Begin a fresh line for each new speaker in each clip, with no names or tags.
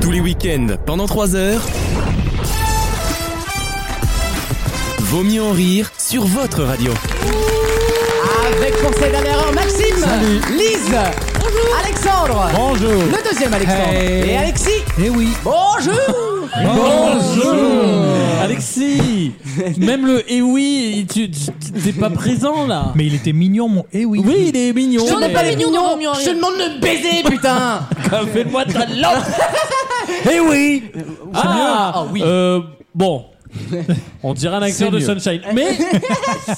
Tous les week-ends, pendant 3 heures. Vaut mieux en rire sur votre radio.
Avec pour cette dernière heure Maxime,
Salut.
Lise, Alexandre,
Bonjour.
le deuxième Alexandre
Hey.
et Alexis.
Eh oui.
Bonjour.
Alexis Même le eh oui, tu tu- t'es pas présent là
Mais il était mignon, mon. Eh oui.
Oui, il est mignon
Je
mais-
n'ai pas les
mignon
mignons.
dans Vaut mieux en
Je te
rire.
demande de me baiser, putain.
Ah, Fais-moi ta langue
Eh oui.
Ah,
Ah, oui.
euh, Bon, on dirait un acteur
C'est
de
mieux.
Sunshine, mais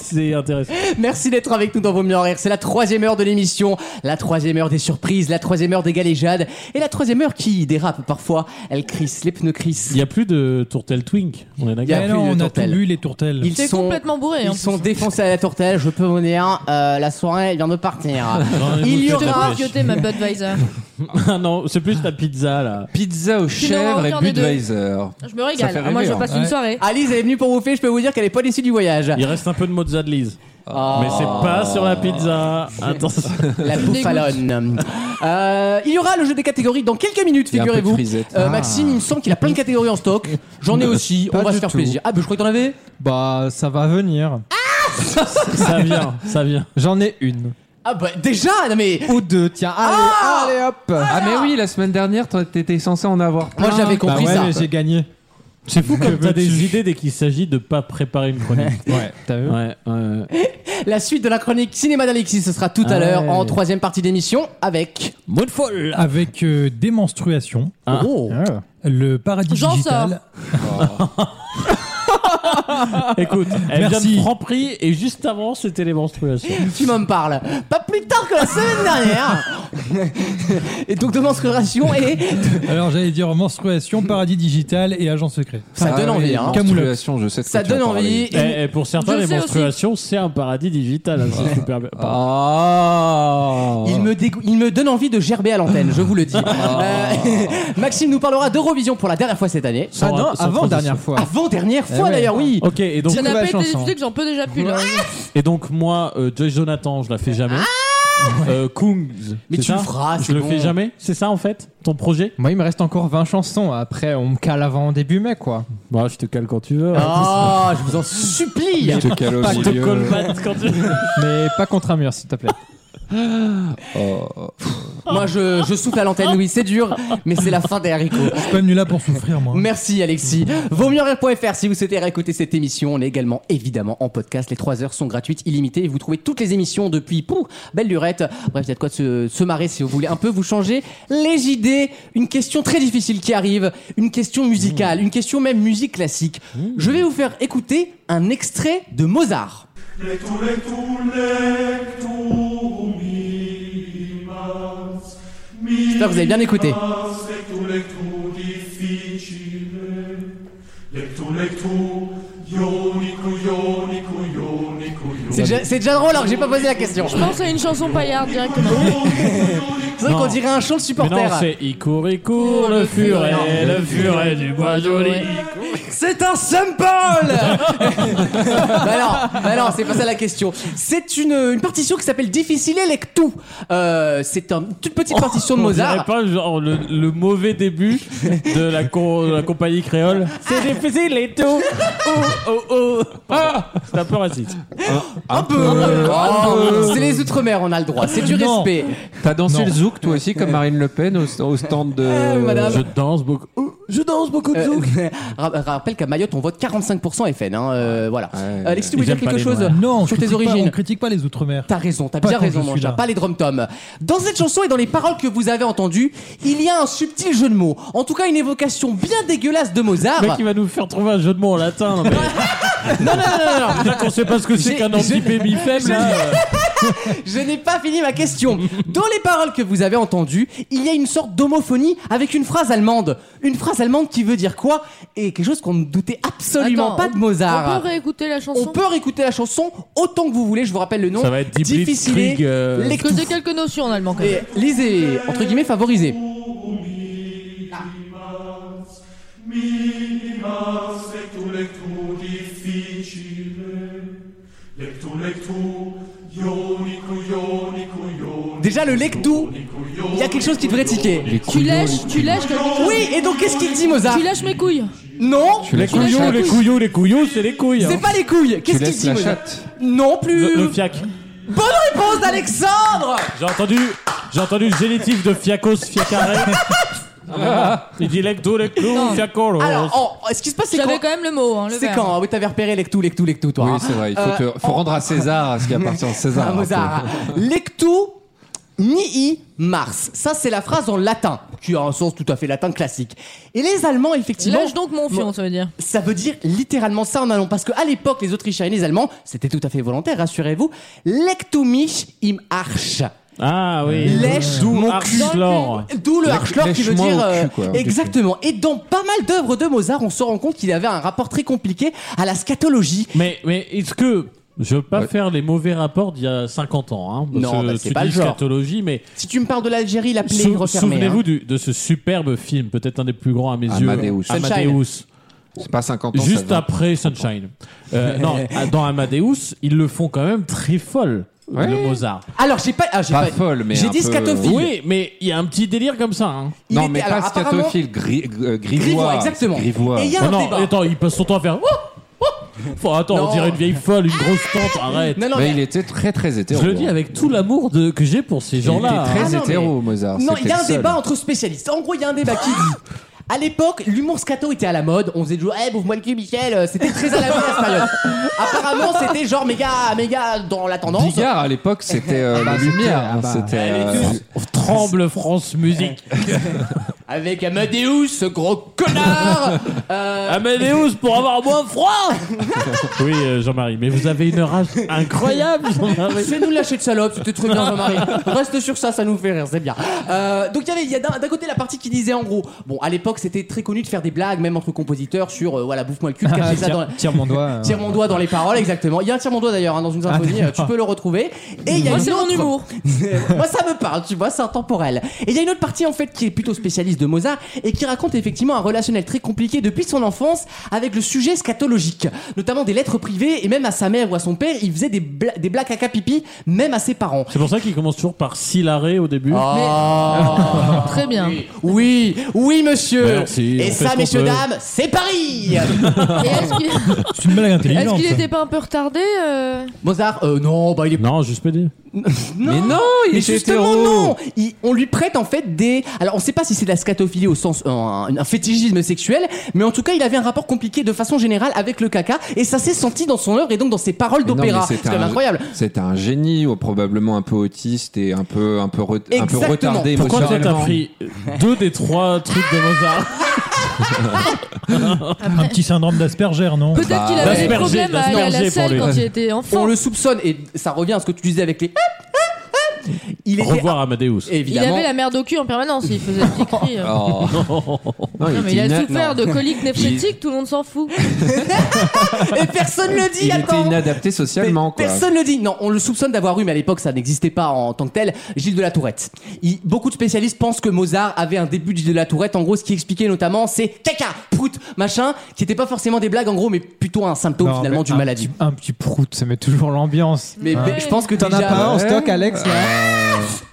c'est intéressant.
Merci d'être avec nous dans Vos mieux en rire. C'est la troisième heure de l'émission, la troisième heure des surprises, la troisième heure des galéjades et la troisième heure qui dérape parfois. Elle crisse, les pneus crissent.
Il n'y a plus de Tourtel Twink, on
Y
est
a
d'accord
Mais
plus
non,
de
on a tout
tourtelles.
bu les tourtelles.
Ils
T'es
sont-
complètement bourré. en
Ils
plus.
sont défoncés à la tourtelle, je peux vous dire, euh, la soirée vient de partir. Il y
Je te vois
aura
gueuter ma Budweiser.
Ah non, c'est plus la pizza là.
Pizza aux
Sinon,
chèvres et
aucun des deux.
Budweiser.
Je me
Ça fait
régale. Moi, je
rêver,
passe
hein.
une
Ouais.
soirée.
Alice, elle est venue pour bouffer, je peux vous dire qu'elle est pas issue du voyage.
Il reste un peu de mozza de Lise.
Oh.
Mais c'est pas sur la pizza. Attention.
La bouffalonne. Euh, il y aura le jeu des catégories dans quelques minutes,
Il y a un peu de
figurez-vous.
frisette. Ah. Euh,
Euh, Maxime, il me semble qu'il a plein de catégories en stock. J'en ai aussi, on
pas
va
du
se faire
tout.
plaisir. Ah, ben je crois que t'en avais
Bah, ça va venir.
Ça vient, ça vient.
J'en ai une.
Ah, bah déjà Non mais.
Ou deux, tiens. Allez,
Ah
allez, hop.
Ah mais oui, la semaine dernière, toi, t'étais censé en avoir plein.
Moi j'avais compris
bah ouais, mais
ça.
j'ai gagné.
C'est fou comme t'as
veux-tu
des idées dès qu'il s'agit de pas préparer une chronique.
Ouais, t'as vu
Ouais, ouais.
La suite de la chronique cinéma d'Alexis, ce sera tout à
Ah
l'heure
ouais.
en troisième partie d'émission avec.
Moonfall
Avec euh, des menstruations,
Hein
Oh.
Ah. le paradis
J'en
digital.
Écoute, Ah, elle
Merci.
vient de Franprix et juste avant, c'était les menstruations.
Tu m'en parles. Pas plus tard que la semaine dernière. et donc de menstruation et
Alors j'allais dire menstruation, paradis digital et agent secret.
ça
Ah
donne envie. hein.
Camoulation, je sais de
Ça
quoi tu
donne
vas parler. Eh,
envie. Et-
Et, et pour certains,
Je
les
sais
menstruations, c'est un paradis digital. hein, si je peux permettre. Pardon.
Ah.
Il me, dégo- il me donne envie de gerber à l'antenne, je vous le dis.
Oh.
Euh, Maxime nous parlera d'Eurovision pour la dernière fois cette année.
Ah
Sans- sans transition.
fois.
Ah. Avant-dernière
Eh
fois
ouais.
d'ailleurs, oui.
Ok, et donc,
Ça n'a
Dis-nous
pas
la
été
chanson.
diffusé que j'en peux déjà plus là.
et donc moi, euh, Joy Jonathan, je la fais jamais.
Ah
Euh, Kungs,
Mais
c'est
tu le
ça
feras, c'est
Je le
bon.
fais jamais. C'est ça en fait, ton projet
Moi, il me reste encore 20 chansons. Après, on me cale avant début mai, quoi.
Bah, je te cale quand tu veux.
Oh, je vous en supplie.
Il te cale au
Je te
milieu.
colle pas quand tu veux.
Mais pas contre un mur, s'il te plaît.
Oh, oh.
Moi, je, je souffle à l'antenne, oui, c'est dur, mais c'est la fin des haricots.
Je suis pas venu là pour souffrir, moi.
Merci Alexis. Vaut mieux en rire.fr si vous souhaitez réécouter cette émission. On est également évidemment en podcast. Les 3 heures sont gratuites, illimitées. Vous trouvez toutes les émissions depuis Pou, Belle Lurette. Bref, il y a de quoi se, se marrer si vous voulez un peu vous changer les idées. Une question très difficile qui arrive, une question
Mmh.
musicale, une question même musique classique. Je vais vous faire écouter un extrait de Mozart. J'espère que vous avez bien écouté. C'est déjà, c'est déjà drôle alors que j'ai pas posé la question.
Je pense à une chanson paillarde directement.
C'est vrai qu'on dirait un chant de
Mais non,
supporter.
c'est il court, il court, le furet, le furet du bois joli.
C'est un sample Bah non, bah non, c'est pas ça la question. C'est une, une partition qui s'appelle Difficile Electu. Euh, c'est un- une toute petite partition de
Oh, On dirait
Mozart.
pas genre le, le mauvais début de la, co- de la compagnie créole. C'est difficile et tout. Oh oh oh. Ah, c'est un peu raciste.
Un peu. Oh, c'est les Outre-mer, on a le droit. C'est du
Non.
respect.
T'as dansé
Non.
le zouk toi aussi comme Marine Le Pen au, au stand de.
Euh, madame.
Je danse beaucoup. Oh, Je danse beaucoup de zouk.
Euh, ra- rappelle qu'à Mayotte, on vote 45% FN. Hein, euh, voilà.
Ah Ouais.
Alexis, tu voulais dire
J'aime pas
quelque
les
chose
Noirs.
Non, on
sur tes
critique pas-
origines
on critique pas les outre-mer.
T'as raison, t'as
Pas
bien
quand
raison,
je
mon
suis
chat,
là.
pas les drum toms. Dans cette chanson et dans les paroles que vous avez entendues, il y a un subtil jeu de mots. En tout cas, une évocation bien dégueulasse de Mozart.
Le mec, il va nous faire trouver un jeu de mots en latin. Non, mais...
Non, non, non, non, non.
Déjà qu'on sait pas ce que c'est
J'ai-
qu'un anti-baby faible. là.
Je n'ai pas fini ma question. Dans les paroles que vous avez entendues, il y a une sorte d'homophonie avec une phrase allemande. Une phrase allemande qui veut dire quoi Et quelque chose qu'on ne doutait absolument
Attends,
pas de
on-
Mozart.
On peut réécouter la
On
chanson
peut réécouter la chanson autant que vous voulez, je vous rappelle le nom.
Ça va être Die
Difficile.
Blitzkrieg, euh,
Parce que j'ai quelques notions en allemand quand même.
Et lisez, entre guillemets, favorisé.
difficile, lecto lecto,
Déjà, le lec doux, il y a quelque chose qui devrait tiquer.
Tu lèches, tu lèches quelque chose.
Oui, et donc qu'est-ce qu'il dit, Mozart
Tu lèches mes couilles.
Non,
Tu
Les
lèches la
couillons,
chatte.
les couillons, les couillons, c'est les couilles.
c'est
hein.
pas les couilles.
Tu
Qu'est-ce qu'il
laisses
dit,
la
Mozart
chatte.
Non plus.
Le, Oh. le fiac.
Bonne réponse d'Alexandre
J'ai entendu, j'ai entendu le génitif de fiacos, fiacaré. Il dit lecto, lecto,
Non.
fiacolo.
Ah. Alors, oh, ce qui se passe, c'est
J'avais
quand...
quand même le mot, hein, le
C'est
verbe.
quand ah Oui, t'avais repéré Lectou, Lectou, Lectou, toi.
Oui,
hein.
c'est vrai. Il faut,
Euh,
te- faut rendre à César ce qui appartient à César.
Ah, Mozart. Lectu nii Mars. Ça, c'est la phrase en latin, qui a un sens tout à fait latin classique. Et les Allemands, effectivement.
Lèche donc mon fion, ça veut dire.
Ça veut dire littéralement ça en allemand, parce qu'à l'époque, les Autrichiens et les Allemands, c'était tout à fait volontaire, rassurez-vous. Lectu mich im Arsch.
Ah oui.
Lèche
D'où
mon
Archelor.
D'où le
Lèche-
Harschler qui veut
lèche-moi
dire.
au
euh,
cul, quoi, du
exactement. Et dans pas mal d'œuvres de Mozart, on se rend compte qu'il avait un rapport très compliqué à la scatologie.
Mais, mais est-ce que. Je veux pas
Ouais.
faire les mauvais rapports d'il y a 50 ans. Hein, parce
Non,
que
bah, c'est
tu
pas
dis
le genre.
scatologie, mais
Si tu me parles de l'Algérie, la plaie
sou-
refermée.
souvenez-vous
hein.
du- de ce superbe film, peut-être un des plus grands à mes
Amadeus.
yeux. Amadeus.
C'est pas 50 ans. ça
Juste
va.
après Sunshine. Euh, non, dans Amadeus, ils le font quand même très folle,
Ouais.
le Mozart.
Alors j'ai pas, ah, j'ai
Pas folle, mais
j'ai
un
dit
peu-
scatophile.
Oui, mais il y a un petit délire comme ça. Hein.
Il
non,
était-
mais pas
alors, apparemment,
scatophile, gri- euh, grivois.
Grivois, exactement.
Grivois. Oh
Et il y a
Non,
un
Oh non,
débat.
attends, ils passent son temps à faire. Oh, oh. Enfin, attends,
Non.
on dirait une vieille folle, une grosse tante, arrête.
Non, non,
Mais
mais-
il était très très hétéro.
Je le dis avec tout l'amour de- que j'ai pour ces
Il était
gens-là. hein.
Ah,
très
non,
hétéro, Mozart.
non,
c'était
il y a un
le seul.
débat entre spécialistes. En gros, il y a un débat qui dit. À l'époque, l'humour scato était à la mode. On faisait toujours, eh, bouffe-moi le cul, Michel. Euh, C'était très à la mode à cette période. Apparemment, c'était genre méga, méga dans la tendance.
Bigard, à l'époque, c'était
Ah,
euh,
bah,
la lumière. hein, C'était. euh,
Tremble France Musique.
Avec Amadeus, ce gros connard. Euh,
Amadeus pour avoir moins froid Oui, euh, Jean-Marie, mais vous avez une rage incroyable, Jean-Marie.
Fais-nous lâcher de salope, c'était très bien Jean-Marie. Reste sur ça, ça nous fait rire, c'est bien. Euh, donc il y avait- il y a d'un d'un côté la partie qui disait en gros, bon à l'époque c'était très connu de faire des blagues même entre compositeurs sur euh, voilà bouffe-moi le cul, cachez ça dans la-
Tire, tire mon doigt. euh.
Tire mon doigt dans les paroles, exactement. Il y a un tire mon doigt d'ailleurs hein, dans une
Ah,
symphonie, euh, tu peux le retrouver. Et il y a
Moi,
une
c'est mon
autre-
humour.
Moi ça me parle, tu vois, c'est intemporel. Et il y a une autre partie en fait qui est plutôt spécialiste de Mozart et qui raconte effectivement un relationnel très compliqué depuis son enfance avec le sujet scatologique, notamment des lettres privées et même à sa mère ou à son père, il faisait des, bla- des blagues à capipi même à ses parents.
C'est pour ça qu'il commence toujours par Silaré au début.
Ah. Oh.
Très bien.
Oui, oui monsieur.
Merci,
et
on fait
ça
ce qu'on
messieurs
peut.
dames, c'est Paris.
Et est-ce qu'il
C'est une blague
est-ce
intelligente.
qu'il
ça.
était pas un peu retardé euh
Mozart, euh, non, bah il est
Non, juste PD.
Mais non, il
Mais
était
justement,
hétéro.
non Il- On lui prête en fait des. Alors, on sait pas si c'est de la scatophilie au sens. euh, un, un fétichisme sexuel, mais en tout cas, il avait un rapport compliqué de façon générale avec le caca, et ça s'est senti dans son œuvre et donc dans ses paroles
Mais Ah non,
d'opéra.
mais
C'est
c'était
quand même
un-
incroyable.
C'était un génie, ou probablement un peu autiste et un peu, un peu, re- un peu
Exactement.
retardé
Pourquoi toi t'as
émotionnellement.
pris deux des trois trucs de Mozart
Un petit syndrome d'Asperger, non
Peut-être
Bah,
qu'il avait des
d'asperger,
problèmes à aller à
d'asperger
la
pour
salle
lui.
quand il était
On
enfant.
le soupçonne, et ça revient à ce que tu disais avec les. Il était.
Revoir Amadeus.
Il
Évidemment. Ah,
avait la merde au cul en permanence, il faisait des petits cris. euh.
Oh. Non,
Non, mais
était
il a
ina-
souffert
non.
de coliques néphrétiques, tout le monde s'en fout.
Et Euh, personne le dit,
Il était
attends
inadapté socialement, quoi.
Personne le dit. Non, on le soupçonne d'avoir eu, mais à l'époque, ça n'existait pas en tant que tel. Gilles de la Tourette. Il- beaucoup de spécialistes pensent que Mozart avait un début de Gilles de la Tourette. En gros, ce qui expliquait notamment, c'est caca, prout, machin, qui n'était pas forcément des blagues, en gros, mais plutôt un symptôme
Non,
finalement
mais
d'une
un
maladie.
petit- Un petit prout, ça met toujours l'ambiance. Hein.
Mais, mais
Ouais.
je pense que
T'en
déjà-
as pas un en
hein.
Ouais.
stock, Alex là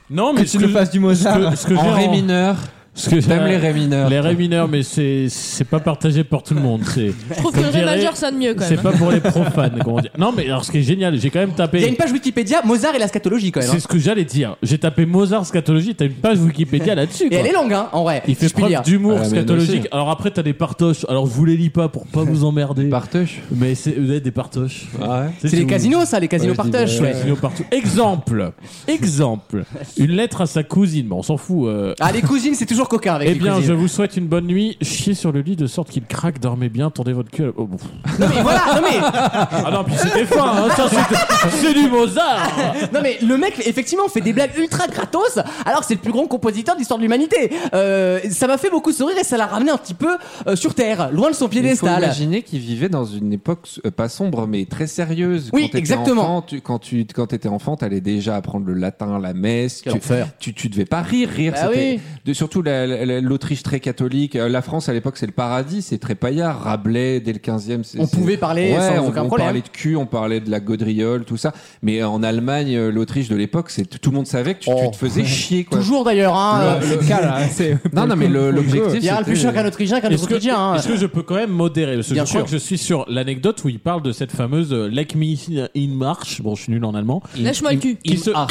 Non,
Que
mais
tu nous fasses du
Ce
Mozart.
que, ce que j'ai
En ré
en-
mineur.
ce que j'ai-
T'aimes les ré mineurs.
Les ré mineurs, mais c'est c'est pas partagé par tout le monde. C'est
Je trouve que le ré
dirais-
majeur sonne mieux quand
c'est
même. hein.
pas pour les profanes. Comment dire. Non, mais alors ce qui est génial, j'ai quand même
Il y a une
tapé.
page Wikipédia, Mozart et la scatologie quand même. hein.
C'est ce que j'allais dire. J'ai tapé Mozart scatologie. T'as une page Wikipédia là-dessus.
Et
quoi.
elle est longue, hein, en vrai.
Il
si
fait
je puis dire.
preuve d'humour
Ah, mais
scatologique.
aussi.
Alors après, t'as des partoches. Alors je vous les lis pas pour pas vous emmerder.
Partouche.
Mais c'est vous avez des partoches.
Ah
C'est les casinos, ça, les casinos
Ouais, je dis,
partagent.
Ouais, signaux partout. Exemple, exemple, une lettre à sa cousine. Bon, on s'en fout. euh.
Ah, les cousines, c'est toujours coquin avec
Eh
les
bien,
cousines.
je vous souhaite une bonne nuit. Chiez sur le lit de sorte qu'il craque. Dormez bien. Tendez votre cul. à la- Oh, bon.
Non, mais voilà, non, mais
Ah non, puis c'était fin. hein, ça, c'était- c'est du Mozart.
Non mais le mec effectivement fait des blagues ultra gratos alors que c'est le plus grand compositeur de l'histoire de l'humanité. Euh, ça m'a fait beaucoup sourire et ça l'a ramené un petit peu euh, sur terre, loin de son
Il faut
piédestal.
imaginer qu'il vivait dans une époque euh, pas sombre mais très sérieuse.
Oui,
Quand t'étais
exactement.
enfant, tu- quand tu quand t'étais enfant, t'allais déjà apprendre le latin, la messe.
Quel
Tu,
enfer.
tu tu devais pas rire, rire.
Bah
c'était-
oui.
de, surtout la- la- la- la- l'Autriche très catholique. Euh, La France à l'époque, c'est le paradis, c'est très paillard. Rabelais dès le 15e. c'est-
On
c'est-
pouvait parler
Ouais,
sans
on,
aucun
on
problème.
parlait de cul, on parlait de la gaudriole, tout ça. Mais en Allemagne, euh, l'Autriche de l'époque, c'est tout le monde savait que tu, tu
Oh.
te faisais chier. Quoi.
Toujours d'ailleurs, hein.
Le-
euh,
le-
le cas là, c'est.
Non, non, mais le-
Il y
l'objectif,
a plus cher
c'était-
qu'un Autrichien qu'un
Est-ce que,
Autrichien. hein.
est-ce que je peux quand même modérer Parce que
Bien
je crois
sûr.
que je suis sur l'anecdote où il parle de cette fameuse euh, Leck me in March. Bon, je suis nul en allemand.
Lâche-moi le cul.
Qui se,
Ah.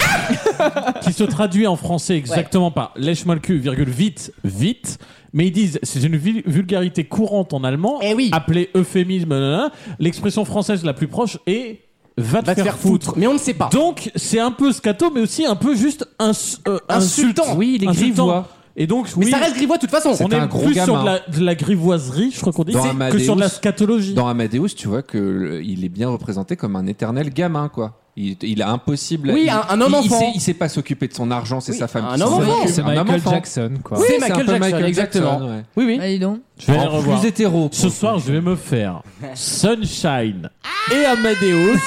qui se traduit en français exactement par lèche-moi le cul, virgule, vite, vite. Mais ils disent, c'est une vul- vulgarité courante en allemand,
Eh oui.
appelée euphémisme. nanana. L'expression française la plus proche est va te,
Va te faire foutre. Mais on ne sait pas.
Donc, c'est un peu scato, mais aussi un peu juste ins- euh,
Insultant.
insulte.
Oui, les
Insultant.
grivois.
Et donc,
Mais
oui,
ça reste grivois de toute façon.
C'est
on
un
est
gros
plus
gamin.
sur de la, de la grivoiserie, je crois qu'on dit,
Dans
que
Amadeus.
sur de la scatologie.
Dans Amadeus, tu vois que le- il est bien représenté comme un éternel gamin, quoi. Il, il est impossible.
Oui,
il-
un- un homme
il-
enfant.
Il, sait, il sait pas s'occuper de son argent, c'est
Oui,
sa femme.
un
qui
homme
s'en
enfant.
occupe.
C'est
Un homme
Michael
enfant.
Jackson, quoi.
Oui,
c'est
Michael
un peu
Jackson,
Michael
exactement.
Jackson, ouais.
Oui, oui.
Allez donc.
Je vais
En
les revoir.
plus hétéro.
Ce soir, je vais me faire Sunshine et Amadeus.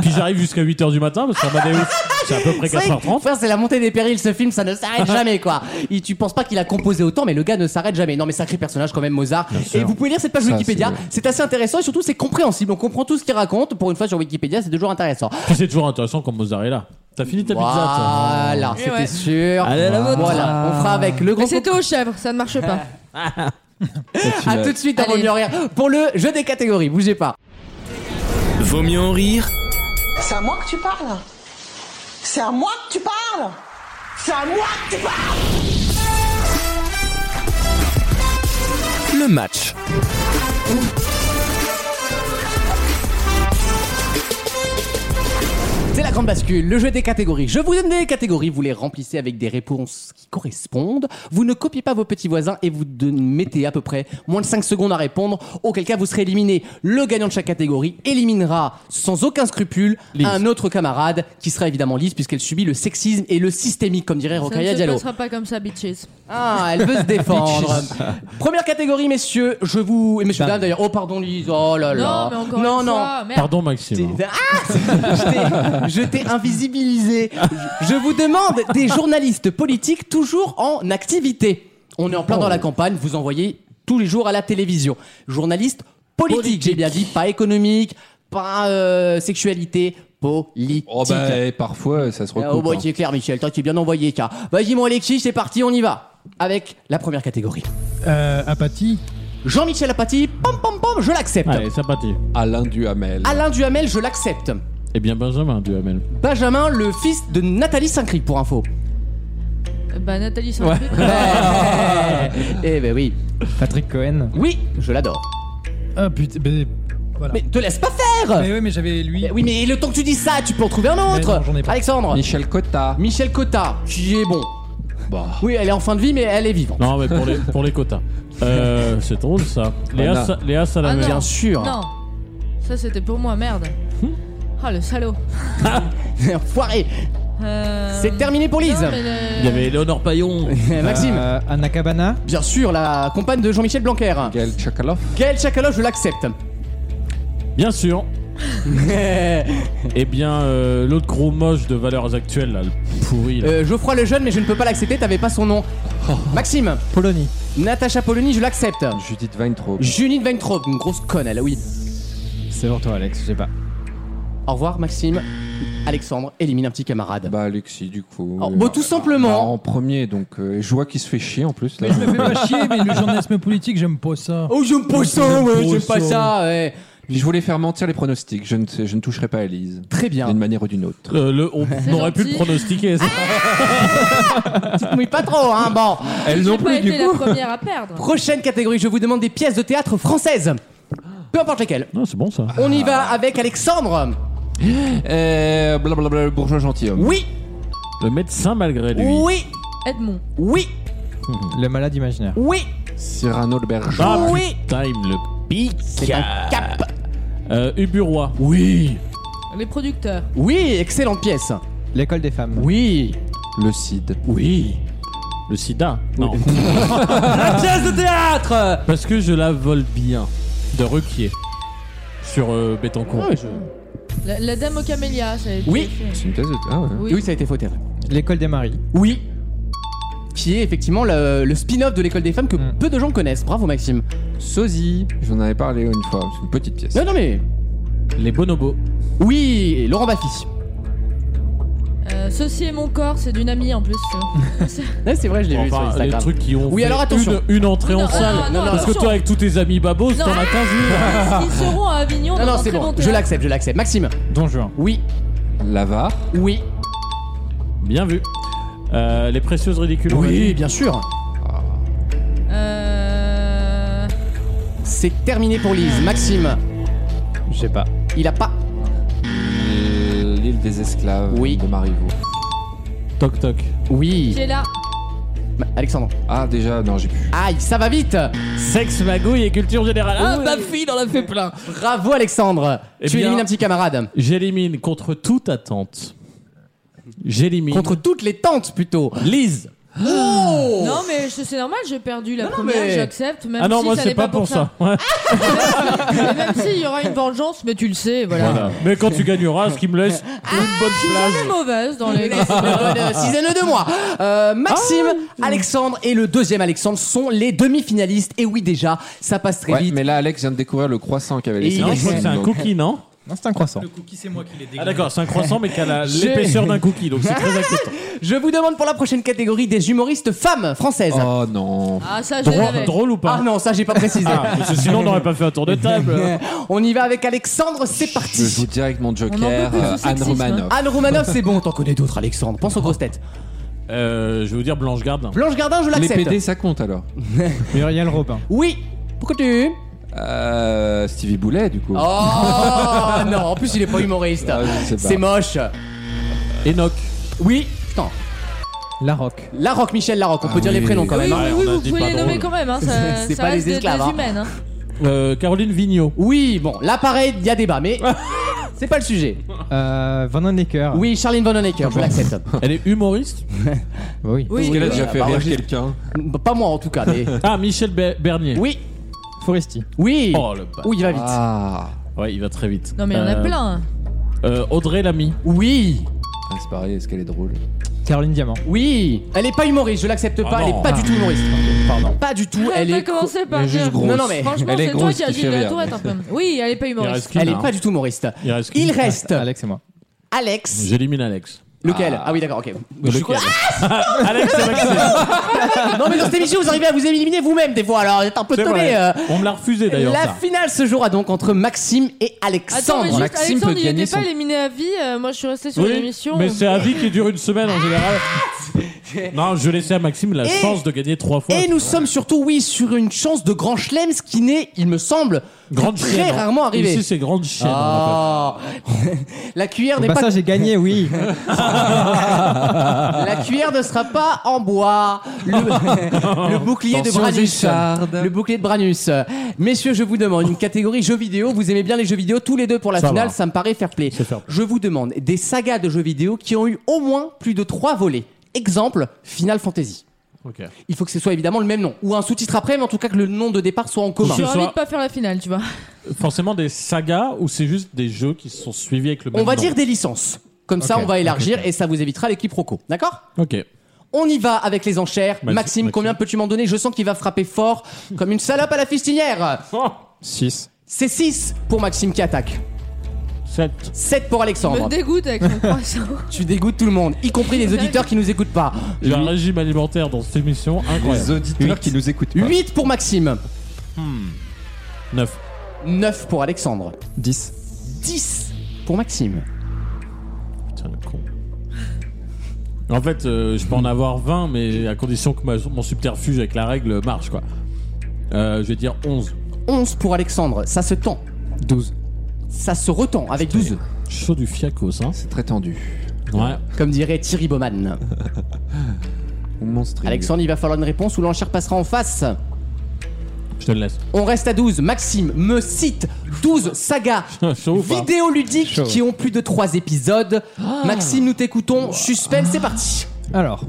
Puis j'arrive jusqu'à 8h du matin parce qu'Amadeus, c'est à peu près
C'est vrai que,
4h30.
frère, c'est la montée des périls, ce film, ça ne s'arrête jamais, quoi. Il, tu penses pas qu'il a composé autant, mais le gars ne s'arrête jamais. Non, mais sacré personnage quand même, Mozart. Et vous pouvez lire cette page
Ça,
Wikipédia,
c'est-
c'est assez intéressant et surtout c'est compréhensible. On comprend tout ce qu'il raconte. Pour une fois sur Wikipédia, c'est toujours intéressant.
Puis c'est toujours intéressant quand Mozart est là. T'as fini ta pizza toi
Voilà,
Et
c'était
Eh ouais.
sûr.
Allez, la vôtre.
Voilà, on fera avec le
Mais
grand.
c'était aux chèvres, ça ne marche pas.
À tout de suite avant de
Allez.
lui en rire pour le jeu des catégories. Bougez pas.
Vaut mieux en rire
C'est à moi que tu parles C'est à moi que tu parles C'est à moi que tu parles
le match.
C'est la grande bascule, le jeu des catégories. Je vous donne des catégories, vous les remplissez avec des réponses qui correspondent. Vous ne copiez pas vos petits voisins et vous de- mettez à peu près moins de 5 secondes à répondre, auquel cas vous serez éliminé. Le gagnant de chaque catégorie éliminera sans aucun scrupule un autre camarade qui sera évidemment lisse puisqu'elle subit le sexisme et le systémique, comme dirait
Ça ne
Rokhaya
se
Diallo.
passera pas comme ça, bitches.
Ah, elle veut se défendre. Première catégorie, messieurs, je vous... Et messieurs, dames d'ailleurs, oh pardon Lise, oh là là.
Non, mais encore
non,
une
non.
fois, merde.
Pardon Maxime. hein.
T'es- Ah Je t'ai- je t'ai invisibilisé. Je, je vous demande des journalistes politiques toujours en activité. On est en plein dans la campagne, vous envoyez tous les jours à la télévision. Journalistes politiques, j'ai bien dit, pas économique, pas euh, sexualité, politique.
Oh bah, et parfois, ça se
Ah, oh,
recoupe.
bah,
hein.
tu es clair, Michel, toi tu es bien envoyé, tiens. Vas-y, mon Alexis, c'est parti, on y va. Avec la première catégorie.
Euh, apathie.
Jean-Michel Apathy, pom pom pom, je l'accepte.
Allez, c'est parti.
Alain Duhamel.
Alain Duhamel, je l'accepte.
Eh bien Benjamin Duhamel.
Benjamin, le fils de Nathalie Saint-Cric, pour info.
Bah, Nathalie, c'est un truc.
Ouais. Eh ben oui.
Patrick Cohen.
Oui, je l'adore.
Ah putain. mais- voilà.
Mais te laisse pas faire
Mais oui, mais j'avais lui.
Eh Oui, mais le temps que tu dis ça, tu peux en trouver un
Mais
autre
non, j'en ai pas.
Alexandre
Michel Cotta.
Michel Cotta, qui est bon.
Bah.
Oui, elle est en fin de vie, mais elle est vivante.
Non mais pour les, pour les quotas. Euh, c'est drôle ça. Léa,
Anna.
Sa- Léa Salamé.
Ah,
Bien
non.
sûr
Non. Ça, c'était pour moi, merde. Ah, le salaud.
Foiré
Euh,
C'est terminé pour Lise
non, mais le-
Il y avait Léonore Payon.
Maxime
Euh, Anna Cabana.
Bien sûr, la compagne de Jean-Michel Blanquer.
Gaël Tchakaloff.
Gaël Chakalov, je l'accepte.
Bien sûr.
Euh,
Eh bien euh, l'autre gros moche de valeurs actuelles là, le pourri là.
Geoffroy Lejeune, mais je ne peux pas l'accepter, t'avais pas son nom. Maxime
Polonie.
Natacha Polony, je l'accepte.
Judith Weintraub.
Junine Weintraub, une grosse conne, elle, oui.
C'est pour toi, Alex. Je sais pas.
Au revoir, Maxime. Alexandre élimine un petit camarade.
Bah Alexis du coup.
Oh, bah, tout simplement.
Bah, en premier donc euh, je vois qu'il se fait chier en plus là.
Je me fais pas chier, mais le journalisme politique, j'aime pas ça.
Oh, j'aime pas ça, ouais, j'aime pas ça, ouais.
Puis je voulais faire mentir les pronostics. Je ne, sais- je ne toucherai pas à Elise.
Très bien.
D'une manière ou d'une autre.
Euh, le- on
C'est
aurait pu le
gentil.
pronostiquer. ça.
Mais pas trop, hein, bon.
Elle
J'ai
non
pas
plus du
été la
coup.
première à perdre.
Prochaine catégorie, je vous demande des pièces de théâtre françaises. Peu importe lesquelles.
Non c'est bon ça.
On y va avec Alexandre.
Euh, blablabla le bourgeois gentilhomme.
Oui,
Le médecin malgré lui.
oui,
Edmond.
oui,
Oh. Le malade imaginaire.
oui.
Cyrano le berger.
Ah
Oui.
putain, il me le pique
C'est un cap.
euh, Uburoi. Oui
Les producteurs.
Oui, excellente pièce.
L'école des femmes.
Oui.
Le Cid.
Oui Le sida Non.
La pièce de théâtre.
Parce que je la vole bien. De Ruquier. Sur euh,
Ah
Bettencourt.
La, la dame aux camélias, ça a été
Oui.
fait.
C'est une thèse de... Ah ouais.
Oui.
Oui, ça a été fauté.
L'école des maris.
Oui. qui est effectivement le, le spin-off de l'école des femmes que
Mm.
peu de gens connaissent. Bravo Maxime.
hein.
Sosie.
J'en avais parlé une fois, c'est une petite pièce.
Non, non, mais.
Les bonobos.
Oui, et Laurent Baffy.
Euh, Ceci est mon corps, c'est d'une amie en plus. tu vois.
Ouais, c'est vrai, je l'ai vu sur
Enfin, les
Instagram.
trucs qui ont
Oui,
fait
alors attention.
Une, une entrée
Non,
en
non,
salle.
non, non,
Parce que
attention.
toi, avec tous tes amis babos,
Non.
t'en as 15 000.
Ils seront à Avignon
Non,
dans
non,
un
c'est bon.
très bon
je
théâtre.
l'accepte, je l'accepte. Maxime.
Don Juan.
Oui,
L'avare.
oui,
Bien vu. Euh, les précieuses ridicules. on l'a
oui,
dit.
bien sûr.
Euh...
C'est terminé pour Lise. Maxime,
Je sais pas.
il a pas.
Euh, L'île des esclaves
Oui.
de Marivaux.
Toc toc.
Oui.
Qui est là
Ma- Alexandre.
Ah, déjà, non, j'ai plus.
Aïe, ça va vite.
Sexe, magouille et culture générale. Ah, ma fille, on a fait plein.
Bravo Alexandre.
Eh
tu
bien-
élimines un petit camarade.
J'élimine contre toute attente. J'élimine.
Contre toutes les tentes plutôt.
Lise.
Non mais je- c'est normal, j'ai perdu la
Non, non,
première,
mais-
j'accepte. Même
ah non,
si
moi
ça
c'est
n'est
pas, pour ça. Ouais,
Et même s'il y aura une vengeance, mais tu le sais, voilà.
voilà. Mais quand tu gagneras, ce qui me laisse
Ah,
une bonne
Je suis
place.
mauvaise dans les.
Euh, Sixaine de moi. Euh, Maxime,
Ah.
Alexandre et le deuxième Alexandre sont les demi-finalistes. Et oui, déjà, ça passe très
Ouais,
vite.
mais là, Alex vient de découvrir le croissant qu'il y avait
Et
laissé.
il
Non, je crois que c'est un cookie, non
Non, c'est un croissant.
cookie, c'est moi qui l'ai
Ah d'accord, c'est un croissant mais qui a la-
J'ai-
l'épaisseur d'un cookie, donc c'est très inquiétant.
Je vous demande pour la prochaine catégorie des humoristes femmes françaises.
Oh non.
Ah ça, je les
Drôle,
avais.
drôle ou pas
Ah non, ça j'ai pas précisé.
Ah, parce que sinon on n'aurait pas fait un tour de table.
On y va avec Alexandre, c'est
Je joue
parti.
direct mon
On en
Joker,
peut plus de
euh, Anne
sexisme,
Romanoff.
Anne Romanoff, c'est bon, t'en connais d'autres, Alexandre. Pense aux grosses têtes.
Euh, je vais vous dire Blanche Gardin.
Blanche Gardin, je
Les
l'accepte.
PD, ça compte alors
Muriel Robin.
Oui. Pourquoi tu
Euh, Stevie Boulet, du coup.
Oh non, en plus il est pas humoriste.
Ah, je sais pas.
c'est moche.
Enoch.
Oui. Putain.
La Roque.
La Roque, Michel La Roque, on peut
Ah
dire les
oui.
prénoms quand
Oui,
même. hein.
Ouais,
oui, oui,
on a
vous
dit
pouvez
pas
les
drôle.
nommer quand même, hein, ça,
C'est
ça
pas
reste
des
des,
esclaves,
des
hein.
humaines. hein.
Euh, Caroline Vigneault.
Oui, bon, là pareil, il y a débat, mais c'est pas le sujet.
Ah.
Euh, Van Honecker.
Oui, Charline Von Honecker, je l'accepte.
Elle est humoriste
Bah oui.
Oui,
Parce qu'elle a déjà fait
bah,
rire
ouais.
quelqu'un.
Pas moi en tout cas, mais.
Ah, Michel Be- Bernier.
Oui,
Foresti.
oui.
Oh le bâtard.
Oui, il va vite.
Ah,
Ouais, il va très vite.
Non mais il y en a
Euh,
plein.
euh, Audrey Lamy.
Oui,
Ah, c'est pareil, est-ce qu'elle est drôle
Caroline Diamant.
oui. Elle est pas humoriste, je l'accepte
Ah
pas, elle
non. Ah.
est pas du tout humoriste.
Pardon.
Pas du tout,
Elle
elle
a
est.
commencé par
elle est juste
dire-
grosse.
Non, non, mais
Franchement,
Elle est
c'est toi
grosse
qui as
qui
dit
fait
de la
rire.
tourette un peu. Oui, elle est pas
Il
humoriste.
reste qui
Elle est
là
pas du tout humoriste.
Il reste qui
Il reste
Alex et moi.
Alex.
J'élimine Alex.
Lequel Ah oui, d'accord, ok.
Lequel Ah, Alex et Maxime.
Non, mais dans cette émission, vous arrivez à vous éliminer vous-même des fois, alors vous êtes un peu
C'est
étonné.
vrai.
euh.
On me l'a refusé d'ailleurs.
La
ça.
finale se jouera donc entre Maxime et
Attends, mais
Alexandre.
juste,
Maxime
Alexandre,
peut
il
gagner
n'était pas
son-
éliminé à vie. euh, moi, je suis resté sur
Oui,
l'émission.
mais c'est un vie qui dure une semaine en général. non, je laissais à Maxime la
Et-
chance de gagner trois fois.
Et nous sommes surtout, oui, sur une chance de grand chelem, ce qui n'est, il me semble,
grande
très
chienne. hein.
rarement arrivé.
Ici, c'est grande chienne. on l'appelle.
Ah. la cuillère n'est
Bah
pas
ça j'ai gagné, oui.
la cuillère ne sera pas en bois. Le, le bouclier de
Attention aux
Branus.
échardes.
Le bouclier de Branus. Messieurs, je vous demande une catégorie jeux vidéo. Vous aimez bien les jeux vidéo tous les deux pour la
Ça
finale,
va.
ça me paraît fair play.
C'est fair play.
Je vous demande des sagas de jeux vidéo qui ont eu au moins plus de trois volets. Exemple, Final Fantasy.
Ok.
Il faut que ce soit évidemment le même nom ou un sous-titre après, mais en tout cas que le nom de départ soit en
Je
commun.
suis
Ce
ravi
soir-
de pas faire la finale, tu vois.
Forcément des sagas ou c'est juste des jeux qui se sont suivis avec le même
On va
nom
dire des licences. Comme ça,
Ok,
on va élargir et ça vous évitera les quiproquos. D'accord
Ok.
On y va avec les enchères. Maxime,
Maxime, Maxime.
combien peux-tu m'en donner Je sens qu'il va frapper fort comme une salope à la fistinière.
6.
C'est 6 pour Maxime qui attaque.
7.
7 pour
Je me
Alexandre.
dégoûte avec mon croissant.
Tu dégoûtes tout le monde, y compris les auditeurs qui nous écoutent pas.
J'ai un régime alimentaire dans cette émission
Les
incroyable.
auditeurs qui nous écoutent. pas.
8 pour Maxime.
9.
9 pour Alexandre.
10.
10 pour Maxime.
Putain, le con. En fait, euh, je peux en avoir 20, mais à condition que ma- mon subterfuge avec la règle marche, quoi. Euh, je vais dire 11.
11 pour Alexandre. Ça se tend.
12.
Ça se retend avec 12.
Chaud du fiacos, hein.
C'est très tendu.
Ouais.
Comme dirait Thierry Baumann.
Ou monstrueux.
Alexandre, il va falloir une réponse ou l'enchère passera en face.
Je te le laisse.
On reste à 12. Maxime me cite 12 sagas
Chaud ou pas
vidéoludiques
Chaud.
qui ont plus de 3 épisodes. Maxime, nous t'écoutons. Suspense, c'est parti.
Alors,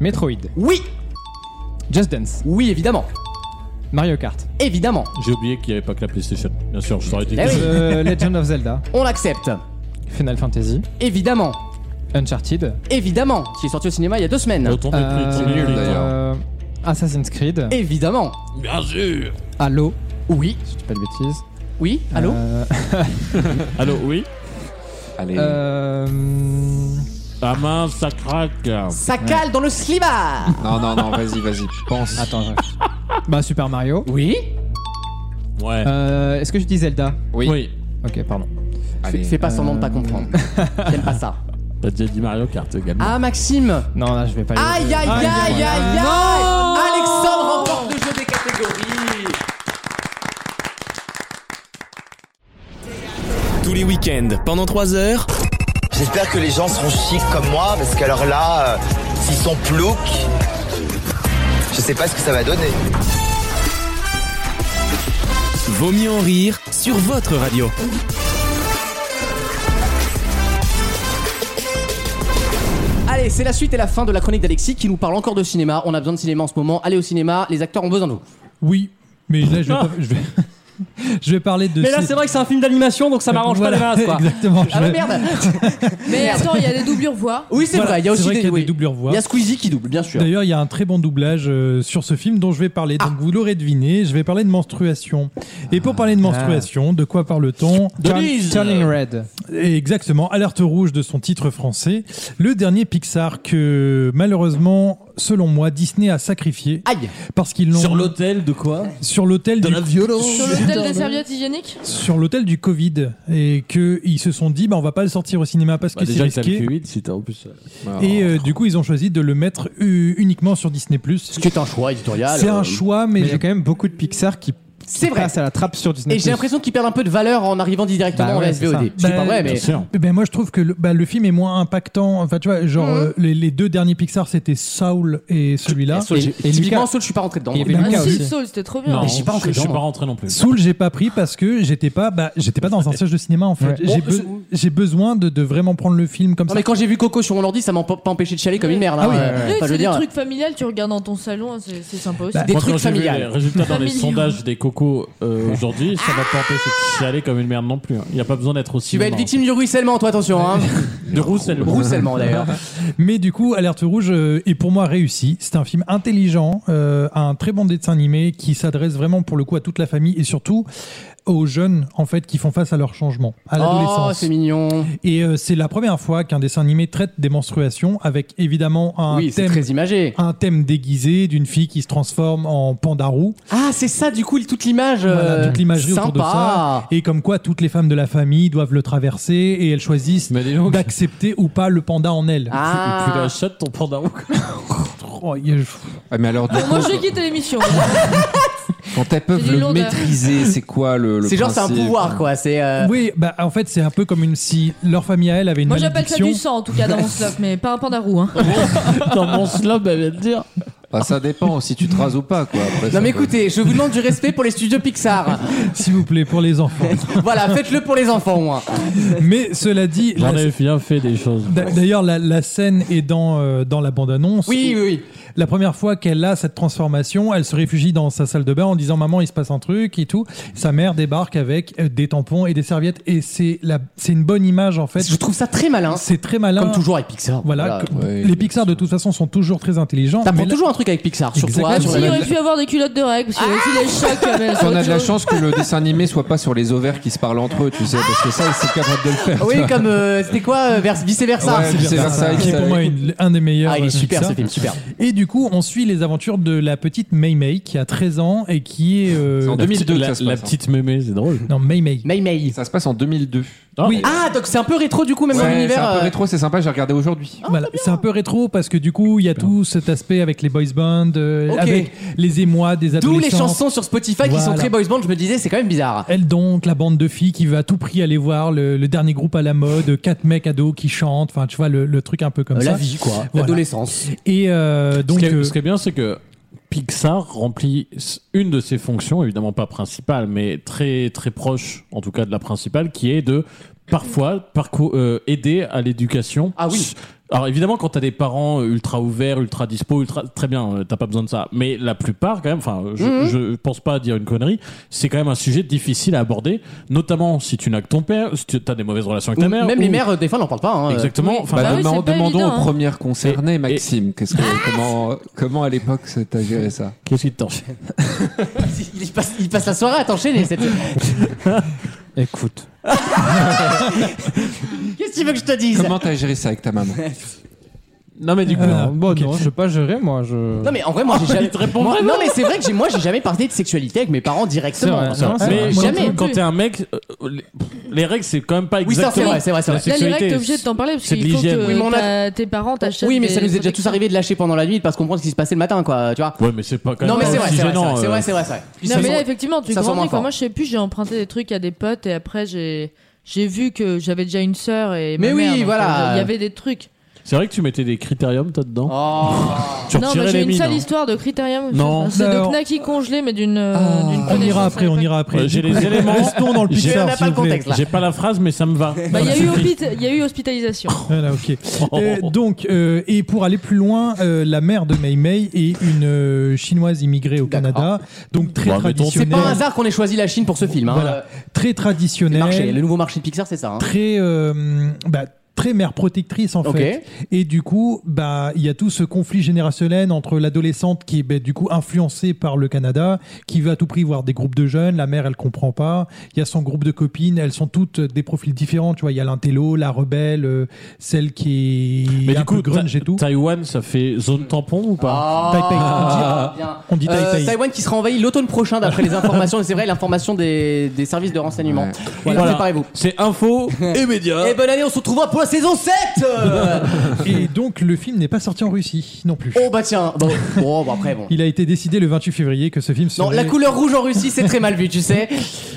Metroid,
Oui,
Just Dance,
oui, évidemment.
Mario Kart,
Évidemment,
J'ai oublié qu'il n'y avait pas que la PlayStation. Bien sûr, je t'aurais dit
Eh
que
oui.
The Legend of Zelda,
on l'accepte.
Final Fantasy,
Évidemment,
Uncharted.
Évidemment, qui est sorti au cinéma il y a deux semaines.
Retourne les prix,
Euh,
retourne les prix,
d'ailleurs.
euh, Assassin's Creed.
Évidemment.
Bien sûr.
Halo,
Oui.
si je dis pas de bêtises.
Oui. Allô.
Euh,
Allô, oui
Allez.
euh,
Ah mince, ça craque.
Ça cale dans le slibard.
Non, non, non, vas-y, vas-y, pense.
Attends, je réfléchis. Bah, Super Mario.
Oui.
Ouais.
Euh, Est-ce que je dis Zelda
oui.
Ok, pardon.
Allez.
Fais pas semblant de pas comprendre. J'aime pas ça.
T'as déjà dit Mario Kart, gamin.
Ah Maxime.
Non, là, je vais pas y
Aïe aïe aïe aïe aïe. aïe. Alexandre remporte le jeu des catégories.
Tous les week-ends, pendant 3 heures,
J'espère que les gens seront chics comme moi, parce qu'alors là, euh, s'ils sont ploucs, je sais pas ce que ça va donner.
Vaut mieux en rire sur votre radio.
Allez, c'est la suite et la fin de la chronique d'Alexis qui nous parle encore de cinéma. On a besoin de cinéma en ce moment. Allez au cinéma, les acteurs ont besoin de vous.
Oui, mais là, je vais, pas- je vais, je vais parler de. ces-
vrai que c'est un film d'animation, donc ça
Voilà, Exactement. je
Ah
vais-
merde
Mais attends, il y a des doublures voix.
Oui, c'est
Voilà,
vrai, il y a
c'est
aussi
vrai
des,
qu'il y a
oui.
des doubleurs
Il
voix.
y a Squeezie qui double, bien sûr. Ah.
D'ailleurs, il y a un très bon doublage euh, sur ce film dont je vais parler. Donc, vous l'aurez deviné, je vais parler de menstruation. Et pour parler de menstruation, de quoi parle-t-on
Turn- Ah. Turning Red.
Et Exactement, Alerte Rouge de son titre français. Le dernier Pixar que, malheureusement, selon moi, Disney a sacrifié
Aïe
parce qu'ils l'ont.
Sur l'hôtel de quoi
Sur l'hôtel du
Oh,
violence.
Sur l'hôtel des serviettes hygiéniques
sur l'hôtel du Covid et que ils se sont dit bah on va pas le sortir au cinéma parce
Bah,
que c'est
déjà, t'as le
risqué
Q8, si t'as en plus.
et
Ah.
euh, du coup ils ont choisi de le mettre euh, uniquement sur Disney
Ce qui est un choix éditorial.
c'est
euh,
un choix mais,
Mais
je-
j'ai quand même beaucoup de Pixar qui, qui
C'est vrai.
passent à la trappe sur Disney+.
Et j'ai l'impression qu'ils perdent un peu de valeur en arrivant directement
Bah
en
ouais, c'est
SVOD.
ça.
C'est
Bah,
pas vrai, mais.
Bien sûr.
Eh ben moi je trouve que le, bah, le film est moins impactant enfin tu vois
Mhm.
genre euh, les, les deux derniers Pixar c'était Saul et celui-là
Soul, j'ai-
et
typiquement,
Lucas.
Soul, je suis pas rentré dedans.
Et
moi.
Lucas
Ah si,
aussi.
Soul, c'était trop bien.
Non,
Mais j'y suis pas rentré
je, je suis
dedans,
pas
moi.
rentré non plus.
Soul, j'ai pas pris parce que j'étais pas, bah, j'étais pas dans un siège de cinéma en fait.
Ouais.
J'ai,
Bon,
be-
c'est-
j'ai besoin de, de vraiment prendre le film comme
Non,
ça.
mais quand j'ai vu Coco sur mon ordi, ça m'a pas pas empêché de chialer comme une merde.
Ah oui,
hein.
ouais,
Enfin, je
Oui, c'est
veux
des
dire, Bah,
trucs familiales, tu regardes dans ton salon, hein, c'est c'est sympa aussi.
des
Moi, quand
trucs
j'ai vu les
familiaux.
résultats dans les
Familiaux.
sondages des cocos euh, aujourd'hui, ça va pas empêcher de chialer comme une merde non plus. Il n'y a pas besoin d'être aussi.
Tu vas être
marrant.
victime du ruissellement, toi, attention. Hein.
de Roussel.
ruissellement, d'ailleurs.
Mais du coup, Alerte Rouge euh, est pour moi réussi. C'est un film intelligent, euh, un très bon dessin animé qui s'adresse vraiment pour le coup à toute la famille et surtout aux jeunes en fait qui font face à leur changement, à
Oh,
l'adolescence.
c'est mignon.
et euh, c'est la première fois qu'un dessin animé traite des menstruations avec évidemment un
Oui, c'est
thème.
très imagé.
Un thème déguisé d'une fille qui se transforme en pandarou.
Ah, c'est ça, du coup, toute l'image.
Voilà,
euh,
toute l'imagerie autour de ça.
sympa.
Et comme quoi, toutes les femmes de la famille doivent le traverser et elles choisissent
Mais dis donc.
d'accepter ou pas le panda en elles.
Ah.
Tu l'achètes ton pandarou
Oh, il y a-
Ah, mais alors, du
Bon,
coup,
moi je quitte l'émission.
quand elles peuvent
J'ai
le
une lourdeur.
maîtriser, c'est quoi le, le
C'est genre, c'est un
principe
pouvoir, quoi. C'est. euh,
Oui, bah en fait c'est un peu comme une si leur famille à elle avait une
Moi j'appelle ça
malédiction.
du sang en tout cas dans mon slop, mais pas un pandarou. Hein.
Dans mon slob, elle vient de dire.
Bah, ça dépend si tu te rases ou pas, quoi. Après, ça
Non, mais
peut-
écoutez, je vous demande du respect pour les studios Pixar.
S'il vous plaît pour les enfants.
voilà, faites-le pour les enfants, au moins.
Mais cela dit,
J'en
la-
ai bien fait des choses.
d'a- d'ailleurs la, la scène est dans euh, dans la bande annonce.
Oui, oui, oui.
La première fois qu'elle a cette transformation, elle se réfugie dans sa salle de bain en disant maman il se passe un truc et tout. Sa mère débarque avec euh, des tampons et des serviettes et c'est la c'est une bonne image en fait.
Je trouve ça très malin.
C'est très malin.
Comme toujours avec Pixar.
Voilà. que-
Ouais,
les Pixar de toute façon sont toujours très intelligents. mais
T'apprends
là-
toujours un truc avec Pixar, sur toi,
Exactement.
sur
S'il
la
aurait pu avoir des culottes de règles, parce qu'il y a
Ah
aussi les chocs. Mais
On a de la chance que le dessin animé soit pas sur les ovaires qui se parlent entre eux, tu sais, parce que ça, ils sont capables de le faire.
Oui, comme euh, c'était quoi, euh, vers- vice versa.
Ouais, vice versa.
qui est pour moi une- un des meilleurs.
Ah, il est
euh,
super
Pixar.
ce film, super.
Et du coup, on suit les aventures de la petite Mei Mei qui a 13 ans et qui est. euh,
C'est
La
en 2002
petite-
que
la,
ça se
la
passe, hein.
petite mémé, c'est drôle.
Non, Mei Mei.
Mei Mei.
Ça se passe en 2002.
Oui.
Ah, donc c'est un peu rétro du coup, même
Ouais,
dans
c'est
l'univers.
un peu
euh,
rétro, c'est sympa, j'ai regardé aujourd'hui.
Voilà. C'est un peu rétro parce que du coup, il y a tout cet aspect avec les boys bands, euh,
Ok.
avec les émois des
D'où
adolescents.
les chansons sur Spotify qui sont
Voilà.
très boys band, je me disais, c'est quand même bizarre.
Elle donc, la bande de filles qui veut à tout prix aller voir le, le dernier groupe à la mode, quatre mecs ados qui chantent, enfin tu vois le, le truc un peu comme
Euh,
ça.
la vie, quoi.
Voilà.
L'adolescence.
Et euh, donc,
ce, qui est,
euh,
ce qui est bien, c'est que Pixar remplit s- une de ses fonctions, évidemment pas principale, mais très très proche, en tout cas de la principale, qui est de parfois parcou- euh, aider à l'éducation
Ah oui.
s- Alors évidemment, quand t'as des parents euh, ultra ouverts, ultra dispo, ultra très bien, euh, t'as pas besoin de ça. Mais la plupart, quand même, enfin, je, je pense pas dire une connerie, c'est quand même un sujet difficile à aborder, notamment si tu n'as que ton père, si tu as des mauvaises relations avec ta
Ou
mère.
Même
ou-
les mères, euh, des fois, n'en parlent pas. hein.
Exactement.
Oui.
Enfin,
Bah,
Bah,
oui,
demandons-
c'est pas
demandons
évident,
aux
hein.
premières concernées,
Et-
Maxime. Qu'est-ce que, comment, comment à l'époque t'as géré ça
Qu'est-ce qui te torche
Il passe, il passe la soirée à t'enchaîner. cette-
Écoute,
Qu'est-ce que tu veux que je te dise
Comment t'as géré ça avec ta maman
Non, mais du coup,
non, bon,
ok.
non, je vais pas gérer, moi. Je...
Non mais en vrai moi j'ai jamais Moi- Non mais c'est vrai que j'ai- moi j'ai jamais parlé de sexualité avec mes parents
C'est
directement.
vrai, c'est vrai.
mais
Ah,
quand-
jamais.
quand t'es un mec, euh, les, les règles, c'est quand même pas
Oui ça c'est
exactement.
vrai, c'est vrai, c'est vrai.
La
Là, les règles,
sexualité,
t'es obligé de t'en parler parce
c'est de
qu'il faut
l'hygiène.
que
Oui, mais on a-
ta- tes parents t'achètent.
Oui mais
des
ça nous est déjà tous
protections.
arrivé de lâcher pendant la nuit parce qu'on pense qu'il se passait le matin quoi, tu vois.
Ouais, mais c'est pas quand même
Non mais
pas
c'est vrai,
aussi
c'est vrai,
gênant,
c'est vrai,
euh.
c'est vrai, c'est vrai.
Non, mais là, effectivement, tu
ça sent moins
grandis. quoi.
fort.
Moi, je sais plus, j'ai emprunté des trucs à des potes et après, j'ai. J'ai vu que j'avais déjà une sœur et ma
Mais oui,
mère, donc,
voilà.
euh, Il y avait des trucs.
C'est vrai que tu mettais des critériums, toi, dedans.
Oh.
Tu
Non, mais
retirais
j'ai
les
une
mines.
sale
hein.
histoire de critérium.
Non.
C'est de
Alors-
knacky congelé, mais d'une. euh, d'une
On
connaissance
ira après,
à
on
l'époque.
ira après.
hein. Ouais, j'ai
Du coup,
les éléments.
Restons dans le
J'ai-
Pixar,
on a
s'il
pas
vous
le
plaît.
contexte, là.
J'ai pas la phrase, mais ça me va.
Bah, il y a eu hôpit- il y a eu hospitalisation.
Ah,
Voilà, ok. Euh, donc, euh, et pour aller plus loin, euh, la mère de Mei Mei est une euh, chinoise immigrée au
D'accord.
Canada, donc très
Bon, mettons,
C'est
traditionnelle.
pas un hasard qu'on ait choisi la Chine pour ce film hein.
Voilà. Très
Le
traditionnelle.
marché, le nouveau marché de Pixar c'est ça hein.
très euh, bah, très mère protectrice en
Ok.
fait et du coup bah il y a tout ce conflit générationnel entre l'adolescente qui est bah, du coup influencée par le Canada qui veut à tout prix voir des groupes de jeunes la mère elle comprend pas il y a son groupe de copines elles sont toutes euh, des profils différents tu vois il y a l'intello la rebelle euh, celle qui est
Mais
un
du coup,
peu grunge
Ta-
et tout
Taïwan, ça fait zone tampon ou pas
Taipei.
Ah, bien.
On dit
Euh,
Taipei.
Taïwan qui sera envahi l'automne prochain d'après les informations et c'est vrai l'information des, des services de renseignement.
Ouais.
Voilà, préparez-vous.
C'est info et médias.
Et bonne année, on se retrouvera pour la saison 7 euh.
et donc le film n'est pas sorti en Russie non plus
Oh bah tiens, bon, bon, bah après bon.
il a été décidé le 28 février que ce film serait
Non, la couleur rouge en Russie, c'est très mal vu, tu sais.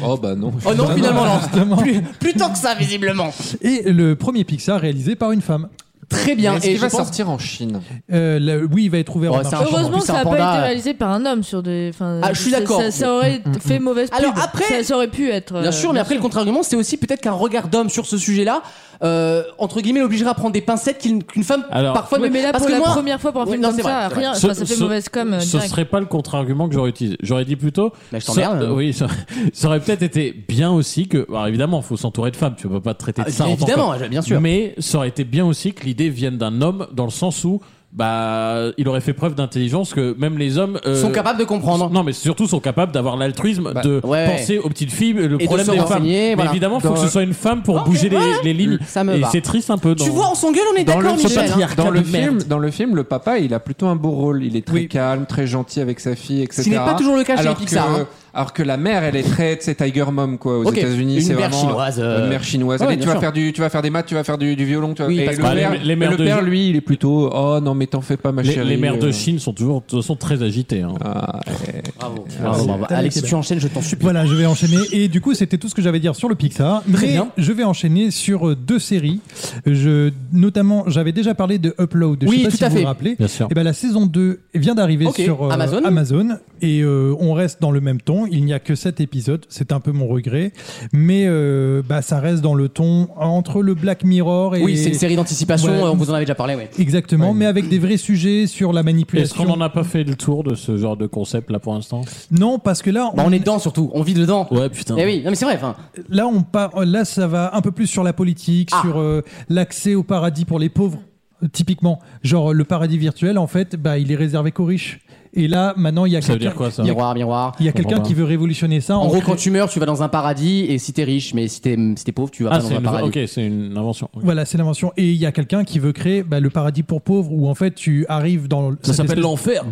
Oh bah non.
Oh non, finalement, non.
Justement.
Plus, plus tant que ça, visiblement.
et le premier Pixar réalisé par une femme
Très bien.
Est-ce qu'il
je
va
pense-
sortir en Chine
Euh, la- oui il va être ouvert
Oh,
en
c'est un
marché.
peu
Heureusement
plus
que ça
un
n'a pas
panda.
été réalisé par un homme sur des. enfin,
Ah, je suis
ça-
d'accord. Mm,
Ça, ça aurait fait mauvaise pub.
Alors après-
ça, ça aurait pu être. euh,
Bien sûr, mais après le contre-argument, c'est aussi peut-être qu'un regard d'homme sur ce sujet-là, euh, entre guillemets, l'obligera à prendre des pincettes qu'il- qu'une femme
Alors-
parfois
Oui,
ne-
mais là,
parce
pour
que
la
moi,
première fois pour un
Oui,
film
non,
comme
c'est vrai,
ça,
c'est
rien,
Ce-
enfin, ça fait
ce-
mauvaise com. euh,
Ce
direct.
serait pas le contre-argument que j'aurais utilisé. J'aurais dit plutôt.
Bah, je
ça-
t'emmerde.
euh, oui, ça, ça aurait peut-être été bien aussi que. Alors évidemment, faut s'entourer de femmes. Tu peux pas traiter de
Ah,
ça en tant que-
évidemment, bien sûr.
Mais ça aurait été bien aussi que l'idée vienne d'un homme dans le sens où bah il aurait fait preuve d'intelligence que même les hommes euh,
sont capables de comprendre. Bah,
Non, mais surtout sont capables d'avoir l'altruisme de
ouais.
penser aux petites filles, le
de
problème
se
des femmes.
renseigner,
Mais
voilà.
évidemment, faut
Dans-
que ce soit une femme pour
Ok,
bouger les-
ouais. Mmh,
les, lignes.
Ça me
Et
va.
c'est triste un peu. Dans...
Tu vois, on s'engueule, on est
Dans
d'accord,
le-
Michel. hein.
patriarcat
dans le,
de merde.
film, dans le film, le papa, il a plutôt un beau rôle. Il est très calme, très gentil avec sa fille,
Ce
etc.
qui n'est pas toujours le cas chez
alors
les Pixar,
Que,
hein.
Alors que la mère, elle est très, tu sais, Tiger Mom, quoi, aux
Ok,
États-Unis.
une
c'est
mère
vraiment
chinoise, euh,
Une mère chinoise.
ouais,
Elle dit,
bien
tu vas
sûr.
faire du, tu vas faire des maths, tu vas faire du, du violon, tu vas.
Oui,
et
parce
le
que- Bah,
les-
père,
les mères
le
de-
père, lui, il est plutôt, oh non, mais t'en fais pas, ma
Les,
chérie.
les mères de
euh.
Chine sont toujours de toute façon, très agitées. hein.
Ah, ouais.
Bravo. Bravo, bravo.
T'as
Alex,
été
si tu
bien.
enchaînes, je t'en supplie.
Voilà, je vais enchaîner. Et du coup, c'était tout ce que j'avais à dire sur le Pixar.
Très
Mais
bien.
je vais enchaîner sur euh, deux séries. Je, notamment, j'avais déjà parlé de Upload.
Oui,
je sais pas
tout
si
à
vous
fait.
vous rappelez.
Bien sûr.
Et ben, la saison 2 vient d'arriver
Ok,
sur euh,
Amazon.
Et euh, on reste dans le même ton. Il n'y a que 7 épisodes. C'est un peu mon regret. Mais euh, bah, ça reste dans le ton entre le Black Mirror et.
Oui, c'est une série d'anticipation,
Ouais.
euh, on vous en avait déjà parlé, ouais.
Exactement, mais avec des vrais sujets sur la
Est-ce
manipulation.
qu'on n'en a pas fait le tour de ce genre de concept là pour l'instant
Non, parce que là,
Bah, on est dedans surtout, on vit dedans.
Ouais, putain.
Eh oui, non mais c'est vrai, enfin.
Là, on part, là, ça va un peu plus sur la politique,
Ah.
sur euh, l'accès au paradis pour les pauvres, euh, typiquement. Genre, le paradis virtuel, en fait, bah, il est réservé qu'aux riches. Et là, maintenant, il y a
Ça veut
quelqu'un
dire quoi ça
Miroir, miroir.
il y a
Je comprends
quelqu'un
pas.
qui veut révolutionner ça.
En gros,
cré-
quand tu meurs, tu vas dans un paradis, et si t'es riche, mais si t'es si t'es pauvre, tu vas
Ah,
pas dans
c'est
un
une...
paradis.
ok, c'est une invention. Ok.
Voilà, c'est l'invention. Et il y a quelqu'un qui veut créer bah, le paradis pour pauvres, où en fait, tu arrives dans cette espèce-
l'enfer.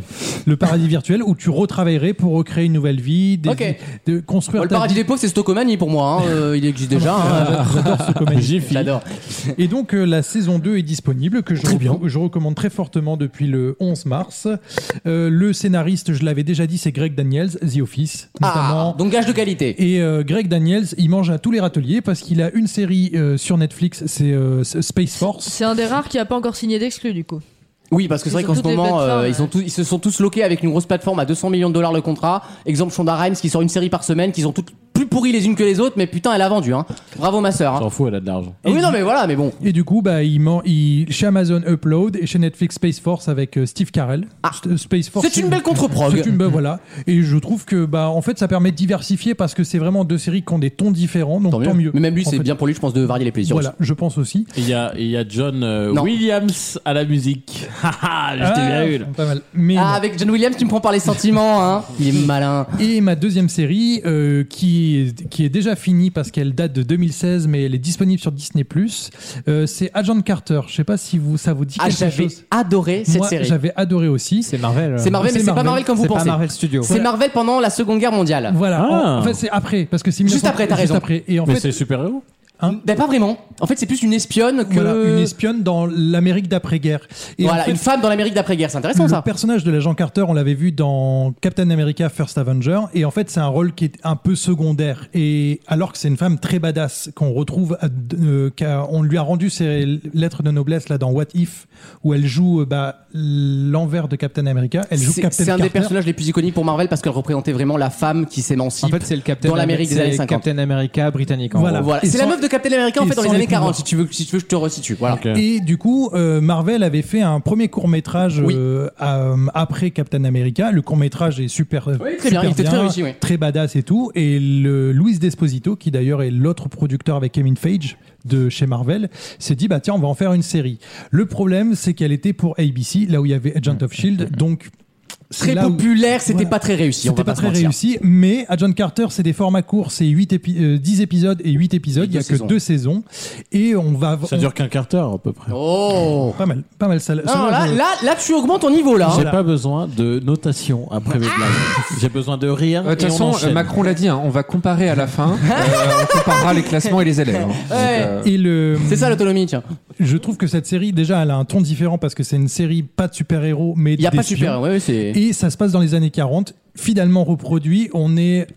le paradis virtuel, où tu retravaillerais pour recréer une nouvelle vie, des-
Ok.
de construire
Bon, le
ta
paradis
vie.
des pauvres, c'est Stockomanie pour moi, hein, euh, il existe déjà. hein.
J'adore
Bah,
ce comédie.
Jiffy.
J'adore.
Et donc euh, la saison 2 est disponible, que je,
Très bien.
recom- je recommande très fortement depuis le 11 mars. Euh, le scénariste, je l'avais déjà dit, c'est Greg Daniels, The Office,
Ah,
notamment.
donc gage de qualité.
Et euh, Greg Daniels, il mange à tous les râteliers parce qu'il a une série euh, sur Netflix, c'est euh, S- Space Force.
C'est un des rares qui a pas encore signé d'exclus du coup.
Oui, parce que c'est vrai
Ils
qu'en
ont
ce
toutes les
moment, euh,
plateformes,
ils, sont tous- ils se sont tous loqués avec une grosse plateforme à 200 millions de dollars le contrat. Exemple, Shonda Rhimes qui sort une série par semaine, qu'ils ont toutes plus pourries les unes que les autres, mais putain, elle a vendu. Hein. Bravo, ma sœur. hein.
S'en fout, elle a de l'argent.
Ah Oui, non, mais voilà, mais bon.
Et du coup, bah, il, man- il- chez Amazon Upload et chez Netflix Space Force avec euh, Steve Carell. St- Space Force.
Ah. C'est une belle contre-prog.
C'est une belle, voilà. Et je trouve que, bah, en fait, ça permet de diversifier parce que c'est vraiment deux séries qui ont des tons différents, donc tant mieux.
Mais même lui,
en
c'est
fait.
bien pour lui, je pense, de varier les plaisirs.
Voilà, je pense aussi.
Il y a, il y a John euh,
Non.
Williams à la musique. Ah, Haha, je t'ai
Ah,
bien eu, là.
Pas mal. Mais
Ah,
non.
avec John Williams, tu me prends par les sentiments, hein. Il est malin.
Et ma deuxième série, euh, qui, est, qui est déjà finie parce qu'elle date de 2016, mais elle est disponible sur Disney+. euh, c'est Agent Carter. Je sais pas si vous, ça vous dit
Ah,
quelque
j'avais
chose.
adoré cette
Moi,
série.
j'avais adoré aussi.
C'est Marvel. euh.
C'est Marvel, mais c'est pas Marvel comme vous
C'est
pensez.
pas Marvel Studio.
C'est Marvel pendant la Seconde Guerre mondiale.
Voilà.
Ah.
En fait, c'est après, parce que c'est
Juste
1900
après, t'as
juste
raison.
après. Et en
Mais
fait,
c'est super-héros
Ben pas vraiment. En fait, c'est plus une espionne que.
voilà, une espionne dans l'Amérique d'après-guerre. Et
Voilà,
en fait,
une femme dans l'Amérique d'après-guerre. C'est intéressant
le
ça.
personnage de l'agent Carter, on l'avait vu dans Captain America First Avenger, et en fait c'est un rôle qui est un peu secondaire, et alors que c'est une femme très badass qu'on retrouve, à- euh, qu'à- on lui a rendu ses lettres de noblesse là dans What If, où elle joue euh, bah, l'envers de Captain America, elle joue
C'est
Captain
c'est un des
Carter.
personnages les plus iconiques pour Marvel parce qu'elle représentait vraiment la femme qui s'émancipe.
En fait, c'est le Captain
Dans l'Amérique des
c'est
années 50.
Captain America britannique. En
Voilà.
gros.
Voilà.
Et
C'est la
sans-
meuf de Captain America en
et
fait dans les
sans
années
les
40.
pouvoirs.
Si tu veux, si tu veux, je te resitue. Voilà.
Ok.
Et du coup, euh, Marvel avait fait un premier court métrage
Oui.
euh, après Captain America. Le court métrage est super,
très bien.
super
Il était très réussi, oui.
très badass et tout. Et le Luis Desposito, qui d'ailleurs est l'autre producteur avec Kevin Feige de chez Marvel, s'est dit bah tiens, on va en faire une série. Le problème, c'est qu'elle était pour ABC, là où il y avait Agent of Shield, E donc
Mm-hmm. Très
c'est là où-
populaire, c'était
Voilà.
pas très réussi. On
c'était
va
pas,
pas, se
très
mentir.
réussi, mais Agent Carter, c'est des formats courts, c'est 8 épi- euh, 10 épisodes et 8 épisodes, il y a
deux
que
saisons.
deux saisons. Et on va.
Ça
on-
dure qu'un quart d'heure, à peu près.
Oh.
Pas mal, pas mal ça.
Non,
ça,
là,
je-
là, là, tu augmentes ton niveau là. hein.
J'ai pas besoin de notation après
Ah.
mes blagues. J'ai besoin de rire.
Euh, De
et
toute
on
façon,
enchaîne.
euh, Macron l'a dit, hein, on va comparer à la fin. Euh, on comparera les classements et les élèves. hein. Donc,
Ouais.
euh,
Et le,
C'est ça l'autonomie, tiens.
je trouve que cette série, déjà, elle a un ton différent parce que c'est une série pas de super-héros, mais
Il y a pas
d'espions.
super. Ouais, ouais, c'est.
Et ça se passe dans les années 40, fidèlement reproduit. On est,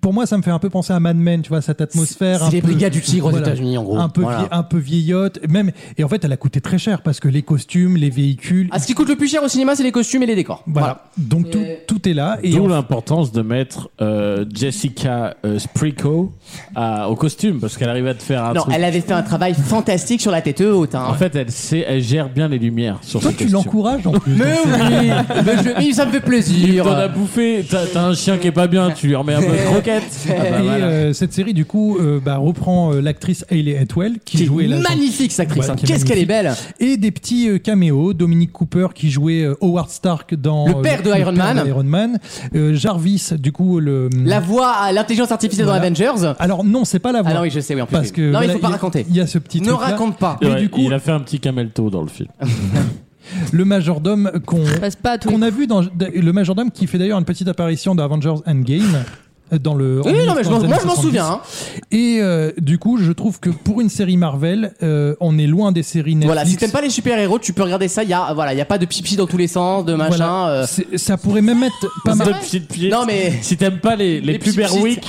pour moi, ça me fait un peu penser à Mad Men, tu vois, cette atmosphère.
C'est
un
les
peu-
brigades du tigre aux
Voilà.
États-Unis en gros.
Un peu,
Voilà.
vie- un peu vieillotte, même. Et en fait, elle a coûté très cher parce que les costumes, les véhicules.
Ah, ce qui coûte le plus cher au cinéma, c'est les costumes et les décors. Voilà.
voilà. Donc tout,
Et-
tout est là. Et
D'où
en-
l'importance de mettre euh, Jessica euh, Sprico à- au costume, parce qu'elle arrive à te faire un
Non,
truc.
elle avait fait un travail fantastique sur la tête haute. hein.
En fait, elle, sait, elle gère bien les lumières sur
toi,
ce
tu
costume.
l'encourages en plus.
Mais oui, mais je- mais ça me fait plaisir.
T'en as bouffé, t'as t'as un chien qui est pas bien, tu lui remets un peu de croquette. Ah bah
et
voilà.
euh, cette série, du coup, euh, bah, reprend euh, l'actrice Hayley Atwell qui,
Qui est
jouait la
magnifique cette actrice.
Ouais,
hein.
qui est
Qu'est-ce qu'elle est belle.
et des petits euh, caméos. Dominique Cooper qui jouait euh, Howard Stark dans euh,
Le père de Iron Man.
Iron Man. Euh, Jarvis, du coup le.
La voix à l'intelligence artificielle
Voilà.
dans Avengers.
Alors non, c'est pas la voix.
Ah non, oui, je sais, oui, en plus.
Parce
oui.
que
non,
voilà,
il faut pas
y a-
raconter.
Il y a ce petit
Ne
truc-là.
raconte pas.
Et
Ouais,
du coup-
il a fait un petit camelto dans le film.
Le majordome qu'on
Passe pas à tout.
qu'on a vu dans le majordome qui fait d'ailleurs une petite apparition dans Avengers Endgame. euh, Dans le, en
Oui, non, mais je m'en-
1970.
moi je m'en souviens. hein.
Et euh, du coup, je trouve que pour une série Marvel, euh, on est loin des séries Netflix.
Voilà, si t'aimes pas les super-héros, tu peux regarder ça. Il y, a- voilà, il y a pas de pipi dans tous les sens, de machin.
Voilà.
euh,
C'est- Ça pourrait même être pas
Deux
mal.
petites pieds.
Non, mais-
Si t'aimes pas les, les,
Les petites Ah
puber
pieds.
week,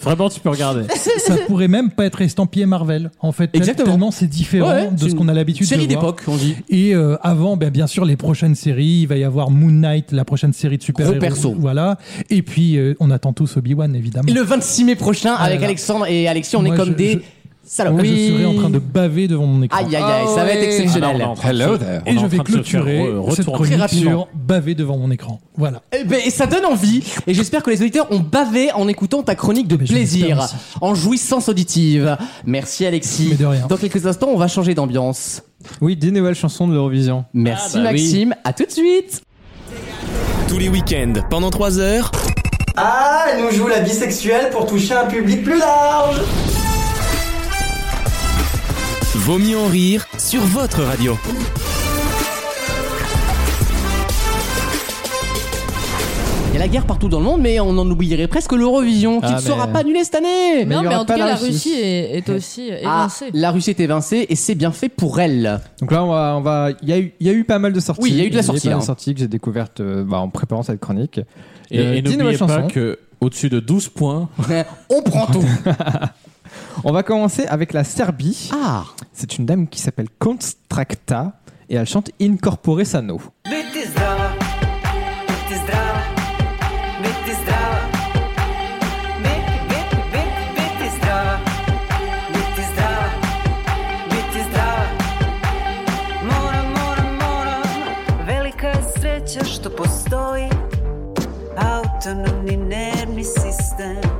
vraiment, tu peux regarder.
ça pourrait même pas être estampillé Marvel. En fait, tel-
Exactement.
tellement c'est différent
Ouais,
de
c'est
ce
une
qu'on a l'habitude de voir.
Série d'époque, on dit.
Et euh, avant, ben, bien sûr, les prochaines séries. Il va y avoir Moon Knight, la prochaine série de super
Gros perso.
Voilà. Et puis, euh, on attend tous Obi-Wan, évidemment.
Et Le 26 mai prochain,
Ah là
avec
là.
Alexandre et Alexis, on
Moi,
est comme
je-
des
je-
salopes.
Je serai en train de Oh, baver devant mon écran.
Aïe, aïe, aïe, ça va être
Ah,
exceptionnel.
là, on est en train de
Hello
se-
there.
on est
Et
en
je
train de se
vais
faire
clôturer
re-
cette
retourner.
chronique
rapidement.
sur baver devant mon écran. Voilà.
Eh ben, et ça donne envie, et j'espère que les auditeurs ont bavé en écoutant ta chronique de
Mais je l'espère
plaisir,
aussi.
en jouissance auditive. Merci Alexis.
Mais de rien.
Dans quelques instants, on va changer d'ambiance.
Oui, des nouvelles chansons de l'Eurovision.
Merci
Ah bah oui.
Maxime, à tout de suite.
Tous les week-ends, pendant 3 heures,
Ah, elle nous joue la bisexuelle pour toucher un public plus large
Vaut mieux en rire sur votre radio.
Il y a la guerre partout dans le monde, mais on en oublierait presque l'Eurovision, qui
Ah,
ne
mais-
sera pas annulée cette année.
Mais
non,
il y
mais
aura
en tout
pas
cas,
la
la
Russie.
Russie est, est aussi
Ah,
évincée.
la Russie est évincée, et c'est bien fait pour elle.
Donc là, on va, on va- il y a eu, il y a eu pas mal de sorties.
Oui, il y a eu de la sortie,
pas mal
hein.
de sorties que j'ai découvertes euh, bah, en préparant cette chronique.
Et,
Euh,
et
dix nouvelles
n'oubliez pas
chansons.
que au-dessus de 12 points,
on prend tout.
On va commencer avec la Serbie.
Ah,
C'est une dame qui s'appelle Konstrakta et elle chante Incorpore Sano.
Biti zdrava, biti zdrava, biti zdrava. Biti, biti, vraća nam ni nervni sistem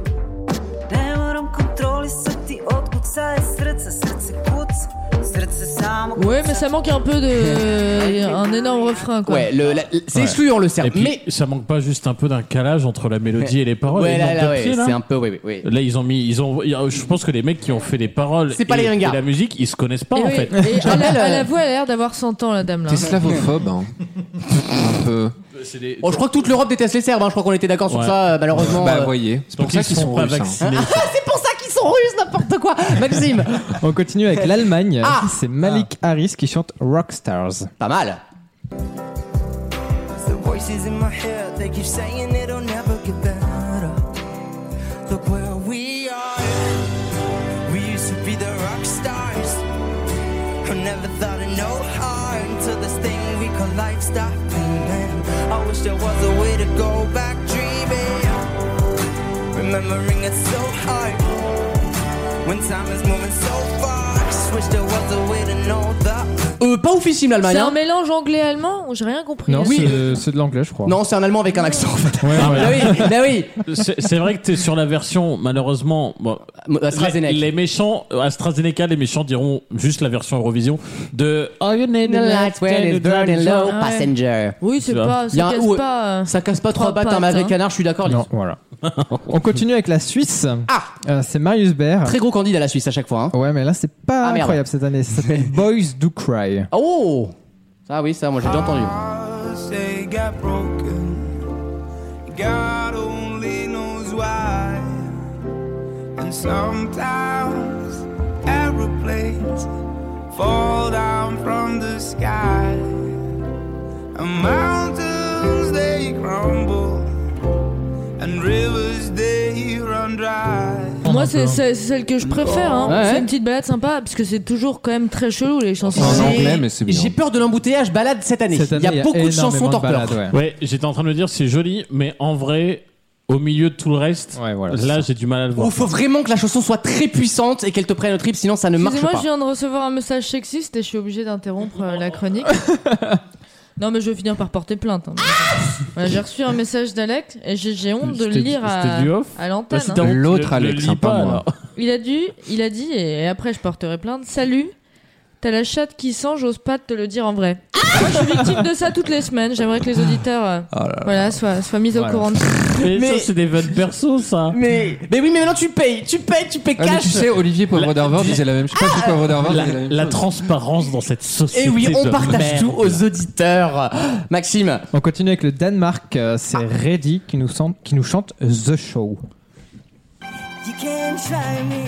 Ne moram kontrolisati otkud sad je srce, srce kuca, srce samo kuca
Ouais, mais ça manque un peu de. un énorme refrain, quoi.
Ouais, le- la- c'est
Ouais.
excluant le cerf.
Et puis,
mais
ça manque pas juste un peu d'un calage entre la mélodie et les paroles.
ouais,
ils
là,
ont
là,
deux
ouais,
pieds, là. Euh,
c'est un peu, oui, oui, oui.
Là, ils ont mis, ils ont. Je pense que les mecs qui ont fait les paroles
C'est pas
et,
les ringards. Eh
et la musique, ils se connaissent pas
Et
en
oui,
fait.
et à la,
rappelle,
à
euh,
la voix, elle a l'air d'avoir 100 ans, la dame, là.
T'es slavophobe, hein. Un peu.
C'est des-
Oh, je crois que toute l'Europe déteste les Serbes, hein. je crois qu'on était d'accord sur
Ouais.
ça, euh, malheureusement.
Bah,
euh,
voyez. C'est pour
Donc,
ça
ils
qu'ils
sont
sont
pas
russes. hein.
vaccinés.
C'est pour ça qu'ils sont russes, n'importe quoi, Maxime.
On continue avec l'Allemagne.
Ah.
C'est Malik Harris qui chante Rockstars.
Pas mal.
The voices in my head, they keep saying it'll never get better. Look where we are. We used to be the rock stars. Who never thought of no harm till this thing we call life stopped dreaming. I wish there was a way to go back dreaming. Remembering it's so hard. When time is moving so fast. Wish there was a way to know the
Euh, pas oufissime l'Allemagne.
C'est un
hein.
mélange anglais-allemand J'ai rien compris.
Non,
oui.
c'est- Euh, c'est de l'anglais, je crois.
Non, c'est un Allemand avec un accent. en fait.
Ah,
Bah oui, bah oui.
C'est c'est vrai que t'es sur la version, malheureusement. Bon,
AstraZeneca.
Les, les méchants, euh, AstraZeneca, les méchants diront juste la version Eurovision de Oh, you need
The lights when it's burning low,
Ah ouais.
passenger.
Oui, c'est
Tu vois.
pas.
Y a
Ça
un-
casse
ouais.
pas. euh,
Ça casse pas trois
Trois
pattes, un
pattes,
magret
hein.
canard, je suis d'accord.
Non, voilà. On continue avec la Suisse.
Ah.
Euh, c'est Marius Baer.
Très gros candidat la Suisse à chaque fois. hein.
Ouais, mais là, c'est pas
Ah, merde.
incroyable cette année. Ça s'appelle Boys Do Cry.
Oh Ça, oui, ça, moi j'ai déjà entendu.
hearts, they got broken. God only knows why. And sometimes aeroplanes fall down from the sky. And mountains they crumble. And rivers they run dry.
Moi, c'est c'est- c'est celle que je préfère. hein.
Ouais, ouais.
C'est une petite balade sympa, parce que c'est toujours quand même très chelou, les chansons.
C'est en
J'ai-
anglais, mais c'est bien.
J'ai peur de l'embouteillage balade cette année.
Cette année,
il y a beaucoup de chansons
énormément
torpeurs.
balades, ouais.
Ouais, j'étais en train de me dire, c'est joli, mais en vrai, au milieu de tout le reste,
Ouais, voilà, c'est
là, j'ai du mal à le voir.
Il faut vraiment que la chanson soit très puissante et qu'elle te prenne au trip, sinon ça ne marche
Excusez-moi,
pas.
je viens de recevoir un message sexiste et je suis obligée d'interrompre euh, la chronique. Non, mais je vais finir par porter plainte. hein. Voilà, j'ai reçu un message d'Alex et j'ai j'ai honte de le
C'était du-
lire à,
c'était du off
à l'antenne.
Bah, si
hein.
t'as honte,
L'autre
le- le
Alex,
lis
hein, pas moi.
alors.
Il a dû, il a dit, et après je porterai plainte. Salut, t'as la chatte qui sent, j'ose pas te le dire en vrai. Moi, je suis victime de ça toutes les semaines. J'aimerais que les auditeurs, euh, voilà, soient, soient mis au
Voilà.
courant. de ça.
Mais,
Mais-
ça, c'est des vannes perso, ça.
Mais, mais oui, mais maintenant tu payes, tu payes, tu payes
Ah, mais
cash.
tu sais, Olivier Poivre d'Arvor disait la même chose. Je sais pas si Poivre d'Arvor
La,
disait la même
la
chose.
transparence dans cette société.
et Eh oui, on
de
partage
merde.
tout aux auditeurs. Maxime,
On continue avec le Danemark. Euh, C'est Reddy qui nous, sent- qui nous chante The Show.
You can try me.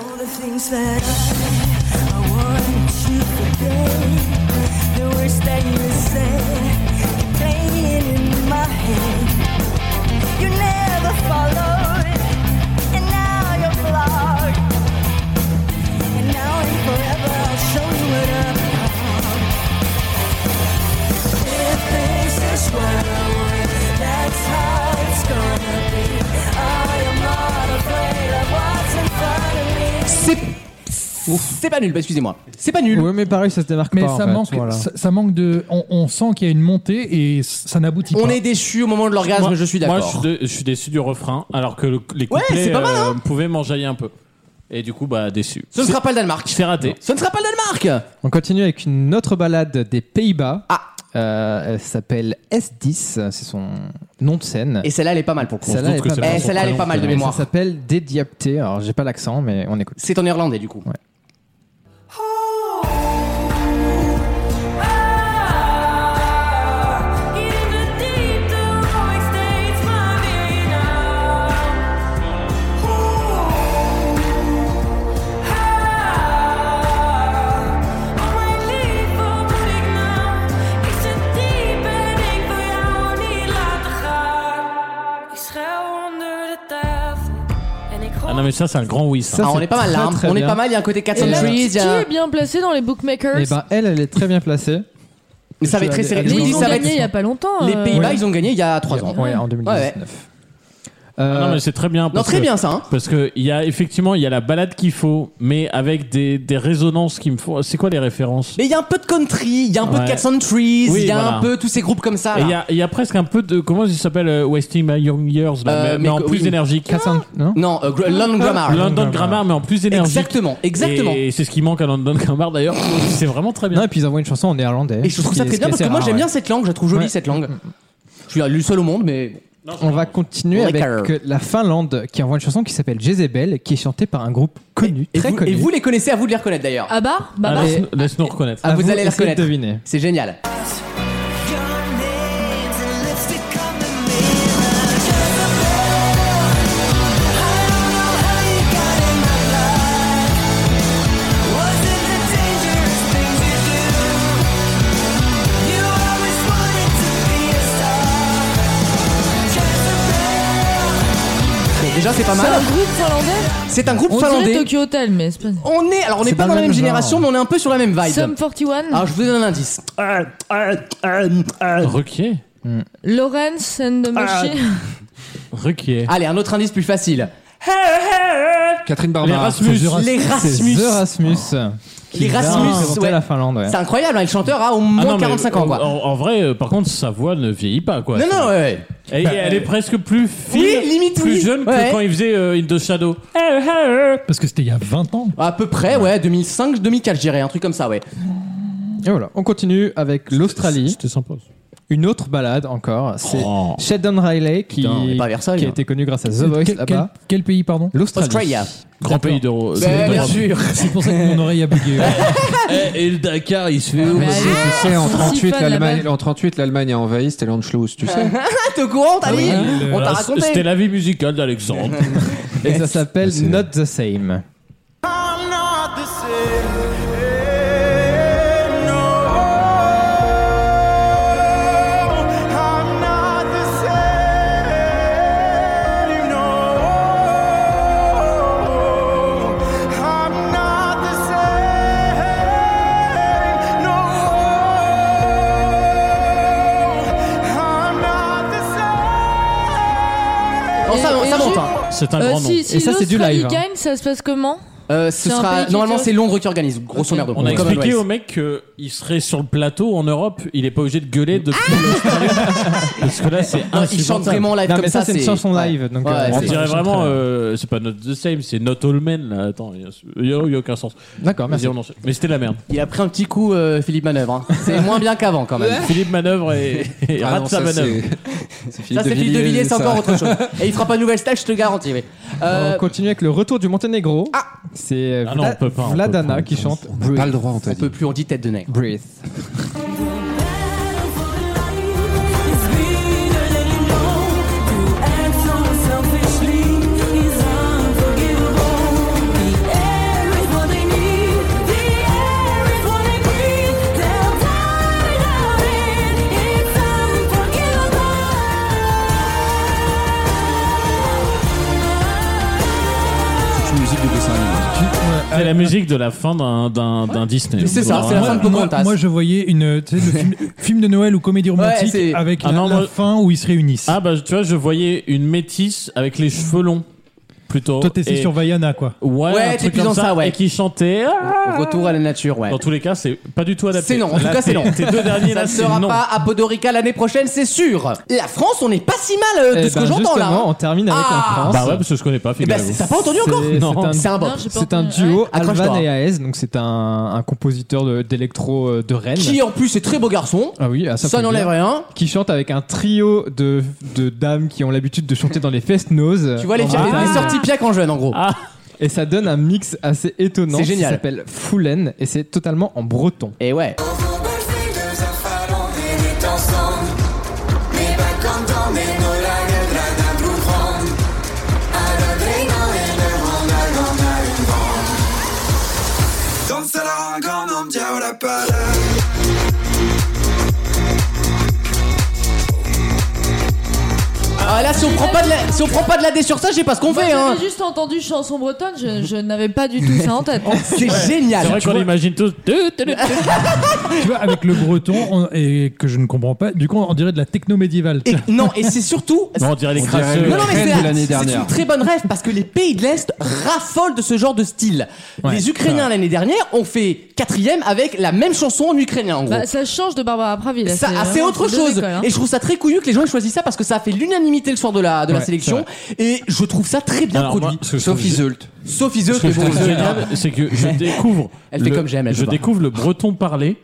All the things that I, I want you forget. The words that you said, you're playing in my head. You never followed, and now you're flawed. And now and forever, I'll show you what I'm about. If this is what I want, that's how it's gonna be. I am not afraid of what's in front of me.
c'est. C'est pas nul, bah, excusez-moi. C'est pas nul.
Ouais, mais pareil, ça se démarque
Mais
pas. en
ça
fait,
manque,
voilà.
ça, ça manque de. On, on sent qu'il y a une montée et s- ça n'aboutit pas.
On est déçu au moment de l'orgasme,
Moi-
je suis
Moi, je suis,
d'accord.
dé- je suis déçu du refrain, alors que le- les
Ouais,
couplets
c'est pas mal, hein.
euh, pouvaient m'enjailler un peu. Et du coup, bah, déçu.
Ce ne sera pas le Danemark.
C'est raté.
Ce ne sera pas le Danemark.
On continue avec une autre balade des Pays-Bas.
Ah.
Euh, elle s'appelle S10, c'est son nom de scène.
Et celle-là, elle est pas mal pour
Ça-
contre.
Celle-là, elle est pas
c'est
mal.
pour
Eh, celle-là, elle est
son
pas mal de
prénom.
mémoire.
ça s'appelle Dédiapté. Alors, j'ai pas l'accent, mais on écoute.
C'est en néerlandais, du coup.
Ah, ah, oh, nou?
Ah non, mais ça, c'est un grand oui, ça.
Ça,
Ah, on
c'est
est pas mal là.
très,
hein.
très
On est
bien.
pas mal, il y a un côté
Et
400
là,
trees. il y
qui
a un-
est bien placé dans les bookmakers
Eh
Et ben, elle, elle est très bien placée.
Mais ça va être très serré.
Mais
Je vous dis,
ils ont
ça va
gagné il y
être-
a pas longtemps.
Les
euh,
Pays-Bas, ils ont gagné il y a 3 ans.
Ouais, en 2019.
Euh,
Ah non, mais c'est très bien.
euh, Non,
parce
très
que-
bien, ça, hein.
Parce que il y a effectivement, il y a la balade qu'il faut, mais avec des, des résonances qui me font. C'est quoi les références
Mais il y a un peu de country, il y a un peu de
Ouais.
Cat Trees, il
Oui,
y a
voilà.
un peu tous ces groupes comme ça.
Et
là.
il y a, il y a presque un peu de. Comment il s'appelle euh, Wasting My Young Years, là,
Euh,
mais, mais
mais
en
que-
plus
oui.
énergique.
non
Non, euh, Gr- London Grammar.
London Grammar, mais en plus énergique.
Exactement, exactement.
Et c'est ce qui manque à London Grammar d'ailleurs. c'est vraiment très bien.
Non, et puis ils envoient une chanson en néerlandais.
Et je trouve ça
Ce qui
très
est-
bien
ce
parce
qui est
que moi
assez
j'aime
rare,
bien cette langue, je la trouve jolie
Ouais.
cette langue. Je suis le seul au monde, mais
On va continuer avec
Liquor.
euh, la Finlande qui envoie une chanson qui s'appelle Jezebel qui est chantée par un groupe connu,
et
très
vous,
connu.
et vous les connaissez, à vous de les reconnaître d'ailleurs.
Ah bah, bah, bah.
Ah, laisse- Laisse-nous reconnaître.
À
vous allez les
essayez
reconnaître.
de deviner.
C'est génial. Bon, déjà c'est pas
C'est un
mal.
groupe finlandais
C'est un groupe
On
finlandais.
dirait Tokyo Hotel, mais c'est pas.
On est alors on n'est
C'est
pas
pas
dans la
le
même
même genre.
génération, mais on est un peu sur la même vibe.
Sum 41
Alors je vous donne un indice. Ah, euh,
Requier
Lawrence and the Machine
Requier.
Allez, un autre indice plus facile.
Catherine
Les
Barbara.
Rasmus. Ah,
C'est The Ras-
les
c'est
Rasmus.
The Rasmus. qui
Les
vient
Rasmus,
représenter
Oh. ouais.
la Finlande. ouais.
C'est incroyable, hein, le chanteur a au
Ah
moins
non, mais
45 ans
en-
quoi.
En, en vrai, euh, par contre, sa voix ne vieillit pas quoi.
non non, ouais, ouais.
Elle, elle est presque plus fine,
Oui, limite,
plus
oui.
jeune
Ouais.
que quand il faisait euh, In the Shadow.
Parce que c'était il y a 20 ans.
à peu près ouais, 2005, 2004 je dirais, un truc comme ça ouais.
Et voilà, on continue avec l'Australie.
C'était sympa.
Une autre balade encore, c'est
Oh.
Sheldon Riley qui,
Putain, on est pas à Versailles,
qui a
hein.
été connu grâce à The Voice
quel, quel-
là-bas.
quel pays, pardon
L'Australie.
Australia.
Grand pays d'Euro.
Ben, bien sûr.
C'est pour ça que mon oreille a bugué.
Eh, Et, le Dakar, il se
Bah,
fait
Mais allez,
Tu sais, en
ils sont si
38,
fans
l'Allemagne,
là-bas.
en 38, l'Allemagne a envahi Stellanschluss, tu sais.
T'es au courant, t'as dit On t'a
Bah, Ah, C'était
raconté.
la vie musicale d'Alexandre.
Et ça s'appelle
C'est-
Not the Same.
I'm not the same. No, I'm not the same. No, I'm not the same. No, I'm not the same.
Non, ça,
Et-
ça
et
monte.
juste-
hein.
C'est un
Euh,
grand nom.
si, si
Et ça, c'est du
l'Australie
live, hein.
gagne, ça se passe comment
Euh, ce
C'est un pays
sera
qui
normalement
était-
c'est Londres qui organise grosso merdo.
On a
Comme
expliqué
Advice.
au mec qu'il serait sur le plateau en Europe, il est pas obligé de gueuler depuis. Parce que là, c'est
Ah Non, Ah, il chante
insupportable.
vraiment live
Non,
comme
mais ça, c'est une chanson
ouais.
live, donc,
Ouais,
euh,
On
c'est-
dirait
Ils sont
vraiment,
très-
euh, c'est pas Not the Same, c'est Not All Men. Là. Attends, il y, a- y a aucun sens.
Ah,
D'accord, merci.
Vas-y, on enchaîne. Mais c'était de la merde.
Il a pris un petit coup euh, Philippe Manœuvre. hein. C'est moins bien qu'avant quand même.
Philippe manœuvre et, et
Ah
rate
non,
sa
ça,
manœuvre.
c'est- c'est Philippe
Ça c'est Philippe de Villiers, c'est encore autre chose. Et il fera pas de nouvelle stage, je te garantis. mais. Euh,
On continue avec le retour du Monténégro. C'est euh,
Ah non, on
Vla-
peut pas, on peut
Vladana
pas.
qui chante
On n'a pas le droit, on t'a
on
dit.
peut plus, on dit tête de nègre.
Breathe.
C'est une musique de dessin animé.
C'est la musique de la fin d'un- d'un d'un Disney.
euh, C'est ça,
Vraiment.
c'est la fin de
moi,
Pocahontas.
moi, je voyais une, tu sais, le film, film de Noël ou comédie romantique
c'est-
avec
Ah
la,
non,
la
moi-
fin où ils se réunissent.
Ah bah tu vois, je voyais une métisse avec les cheveux longs plutôt.
Toi, t'essayes
Et-
sur Vaiana, quoi.
Ouais,
Ouais,
un
t'es
truc
plus dans
comme
ça, ouais.
Et qui chantait. Ah
Retour à la nature, ouais.
Dans tous les cas, c'est pas du tout adapté.
C'est non, en tout
Là,
cas, c'est
tes-
non.
Tes deux derniers
Ça
là,
ne
c'est
sera
non.
pas à Podorica l'année prochaine, c'est sûr. La France, on n'est pas si mal euh, de
Eh
ce
ben,
que j'entends là.
justement,
hein.
on termine avec
Ah.
la France.
Bah ouais, parce que je connais pas,
Eh ben, c'est-
figurez-vous.
t'as pas entendu encore
C'est-
Non.
c'est
Ah bah, C'est
un-
un bon.
Non, j'ai pas
C'est un
entendu.
duo
Accroche-toi.
Alvan et Aes, donc c'est un, un compositeur de- d'électro euh, de Rennes.
Qui en plus est très beau garçon.
Ah oui, à ça,
Ça
faut le
n'enlève
dire.
rien.
Qui chante avec un trio de, de dames qui ont l'habitude de chanter dans les fest nose.
Tu vois les,
Ah.
les sorties piaques en jeune en gros.
Ah,
Et ça donne un mix assez étonnant.
C'est génial.
Ça s'appelle Foulen et c'est totalement en breton.
Et ouais. Ah, Ah là, si on prend pas de la, si on prend pas de la D sur ça, je sais pas ce qu'on
Moi,
fait. Hein.
J'avais juste entendu chanson bretonne, je, je n'avais pas du tout ça en tête.
C'est génial.
C'est vrai qu'on imagine tous.
tu vois, avec le breton, on- et que je ne comprends pas, du coup, on dirait de la techno médiévale.
Et- non, et c'est surtout.
Non, on dirait les
On dirait
crasseux.
le-
Non, non, mais
Rêve
c'est-
de l'année
c'est
dernière.
une très bonne rêve parce que les pays de l'Est raffolent de ce genre de style. les Ukrainiens l'année dernière ont fait quatrième avec la même chanson en ukrainien en gros.
Bah, ça change de Barbara Pravi. là,
ça, ah, c'est
vraiment
autre
deux
chose.
écoles, hein.
Et je trouve ça très couillu que les gens aient choisi ça parce que ça a fait l'unanimité le soir de la, de la sélection. Et je trouve ça très bien
Alors, moi,
produit.
ce que je
Sauf
trouve gé-
Isult.
Sauf Iseult,
ce que
mais
je
bon,
trouve
c'est
génial, c'est que je découvre.
Elle fait
le-
comme j'aime, elle
Je
peut pas.
découvre le breton parlé.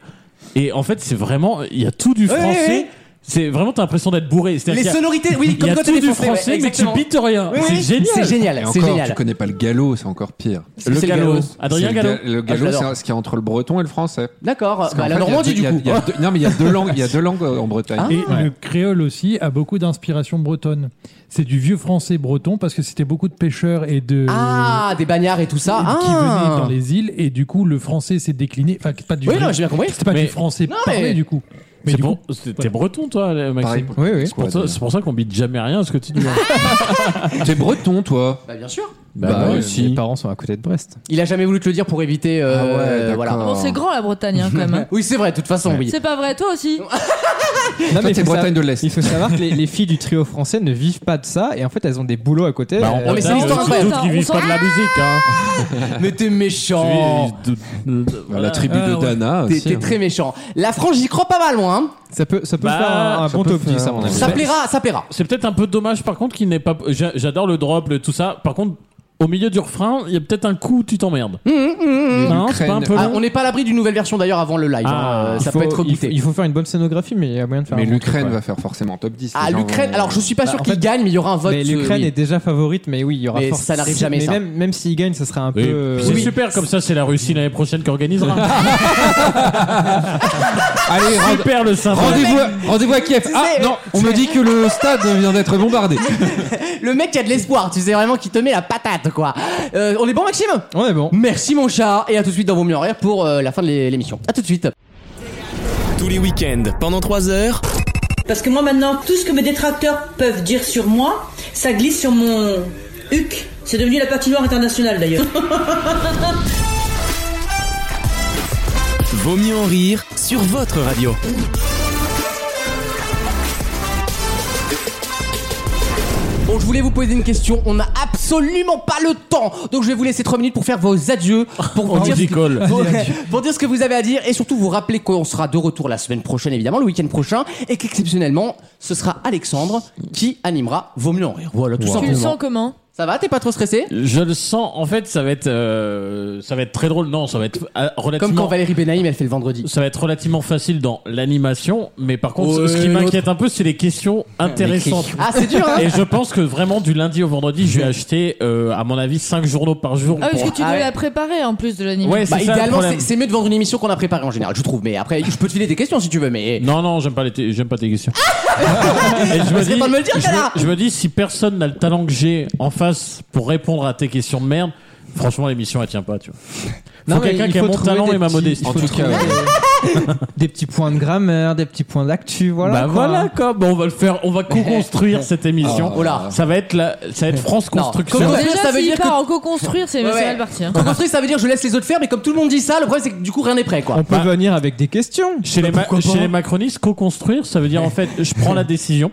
Et en fait, c'est vraiment. Il y a tout du
Ouais, ouais,
français.
ouais.
C'est vraiment, t'as l'impression d'être bourré. C'est-à-dire
Les
qu'il y a-
sonorités, oui,
Il y
comme
a
quand
tout
t'es
du
français, ouais,
français, mais tu
exactement.
bites rien.
Oui,
C'est
oui,
génial.
C'est génial,
Et
c'est
encore, tu
génial.
connais pas le gallo, c'est encore pire.
Le
C'est
galop.
C'est
Adrien
le
Gallo.
ga- Le
Ah,
gallo,
je l'adore.
c'est ce qui est entre le breton et le français.
D'accord,
Parce qu'en
bah, la
fait, il y a
Normandie
deux-
du
il y a-
coup.
il y a deux- Non, mais il y a deux langues, il y a deux langues euh, en Bretagne.
Et le créole aussi a beaucoup d'inspiration bretonne. C'est du vieux français breton parce que c'était beaucoup de pêcheurs et de.
Ah, des bagnards et tout ça.
et- qui
Ah.
venaient dans les îles et du coup le français s'est décliné. Enfin, pas du.
Oui,
vrai-
non, j'ai bien compris.
C'était pas
Mais-
du français
Non,
parlé
mais-
du coup. Mais
C'est
du
bon,
coup,
t'es breton, toi,
Pareil.
Maxime.
Oui, oui.
C'est pour ça- C'est pour ça qu'on bite jamais rien à ce que tu dis. hein.
T'es breton, toi
Bah, bien sûr.
Bah,
ouais,
ouais,
si.
Mes parents sont à côté de Brest.
Il a jamais voulu te le dire pour éviter. euh,
Ah ouais, d'accord.
voilà.
Bon, c'est grand la Bretagne hein, quand même. hein.
Oui, c'est vrai, de toute façon, oui.
C'est pas vrai, toi aussi
Non,
Toi,
il
t'es
faut
Bretagne
savoir-
de l'Est.
Il faut savoir que les, les filles du trio français ne vivent pas de ça et en fait elles ont des boulots à côté.
Bah, en
Euh,
mais c'est
Bretagne,
l'histoire
tu
vraie.
doutes qu'ils
On
vivent
s'en-
pas de la musique, hein.
Mais t'es méchant.
Tu vis- ils doutent-
La tribu
Ah,
de Dana
T'es
aussi.
t'es très méchant. La France, j'y crois pas mal, moi. hein.
ça peut, ça peut
Bah,
faire un, un
ça
bon
peut
top 10 à
faire-
Ah,
mon avis.
Ça
Ouais.
plaira, ça plaira.
C'est peut-être un peu dommage par contre qu'il n'est pas. j'a- J'adore le drop, le, tout ça. Par contre, au milieu du refrain, il y a peut-être un coup où tu t'emmerdes. Non, c'est pas un peu
Ah,
long.
on n'est pas à l'abri d'une nouvelle version d'ailleurs avant le live.
Ah,
hein, euh,
Il
ça
faut-
peut être
il faut,
rebooté.
il faut faire une bonne scénographie, mais il y a moyen de faire.
Mais
un bon truc,
l'Ukraine
ouais.
va faire forcément top 10.
Ah,
les gens
l'Ukraine.
vont-
Alors, je suis pas
Bah,
sûr
en
qu'il
fait,
gagne, mais il y aura un vote. euh,
Mais l'Ukraine est déjà favorite, mais oui, il y aura
Mais
forcément-
ça n'arrive jamais,
Mais
ça.
même, même s'il gagne, ça sera un
Oui.
Euh,
peu.
Puis C'est super, comme ça, c'est la Russie l'année prochaine qui organisera.
Allez, rend-
super le symbole.
rendez-vous à- rendez-vous à Kiev. Ah
sais-
non, on me dit que le stade vient d'être bombardé.
euh, Le mec qui a de l'espoir, tu sais vraiment qui te met la patate quoi. Euh, on est bon Maxime
On est bon.
Merci mon chat et à tout de suite dans vos mieux en rire pour euh, la fin de l'é- l'émission. À tout de suite.
Tous les week-ends, pendant 3 heures.
Parce que moi maintenant, tout ce que mes détracteurs peuvent dire sur moi, ça glisse sur mon huc. C'est devenu la patinoire internationale d'ailleurs.
Vaut mieux en rire sur votre radio.
Bon, je voulais vous poser une question. On n'a absolument pas le temps, donc je vais vous laisser 3 minutes pour faire vos adieux, pour vous
On
dire
dit
ce que-
colle.
pour, pour dire ce que vous avez à dire et surtout vous rappeler qu'on sera de retour la semaine prochaine évidemment le week-end prochain et qu'exceptionnellement ce sera Alexandre qui animera Vaut mieux en rire voilà tout
Tu le
simplement
sens comment
ça va t'es pas trop stressé
Je le sens, en fait, ça va être, euh, ça va être très drôle. Non, ça va être euh,
comme quand
relativement.
Valérie Benaïm elle fait le vendredi
Ça va être relativement facile dans l'animation, mais par contre,
Ouais,
ce qui
l'autre.
m'inquiète un peu, c'est les questions intéressantes.
ah c'est dur hein
Et je pense que vraiment du lundi au vendredi, je vais acheter, euh, à mon avis, 5 journaux par jour.
Ah, parce
pour-
que tu
Ah
dois
ouais.
la préparer en plus de l'anime.
Ouais, c'est
bah,
ça, le
idéalement
problème.
c'est- c'est mieux de vendre une émission qu'on a préparée en général je trouve mais après je peux te filer des questions si tu veux mais
Non, non, j'aime pas, les t- j'aime pas tes questions.
Ah,
Et je,
serait pas de me le dire,
je,
connard
me, je me dis, si personne n'a le talent que j'ai en face pour répondre à tes questions de merde, franchement, l'émission, elle tient pas, tu vois.
Non,
Faut
mais
quelqu'un
il
qui a
faut
mon
trouver
talent
des
et ma
petits-
modestie.
il
En
faut
tout
trouver
cas,
des- des petits points de grammaire, des petits points d'actu, voilà.
bah
quoi. Ah,
voilà quoi, Bah, on va le faire, on va co-construire cette émission.
Oh là.
Ça va être la, ça va être France
Non,
Construction.
comment-
Déjà,
Ça veut
s'il
dire
part en co-construire, c'est
Ouais, ouais.
c'est mal parti. hein.
co-construire ça veut dire je laisse les autres faire mais comme tout le monde dit ça le problème c'est que du coup rien n'est prêt quoi
On peut
Bah-
venir avec des questions.
Chez,
Bah,
les, ma- chez les macronistes, co-construire, ça veut dire en fait, je prends la décision,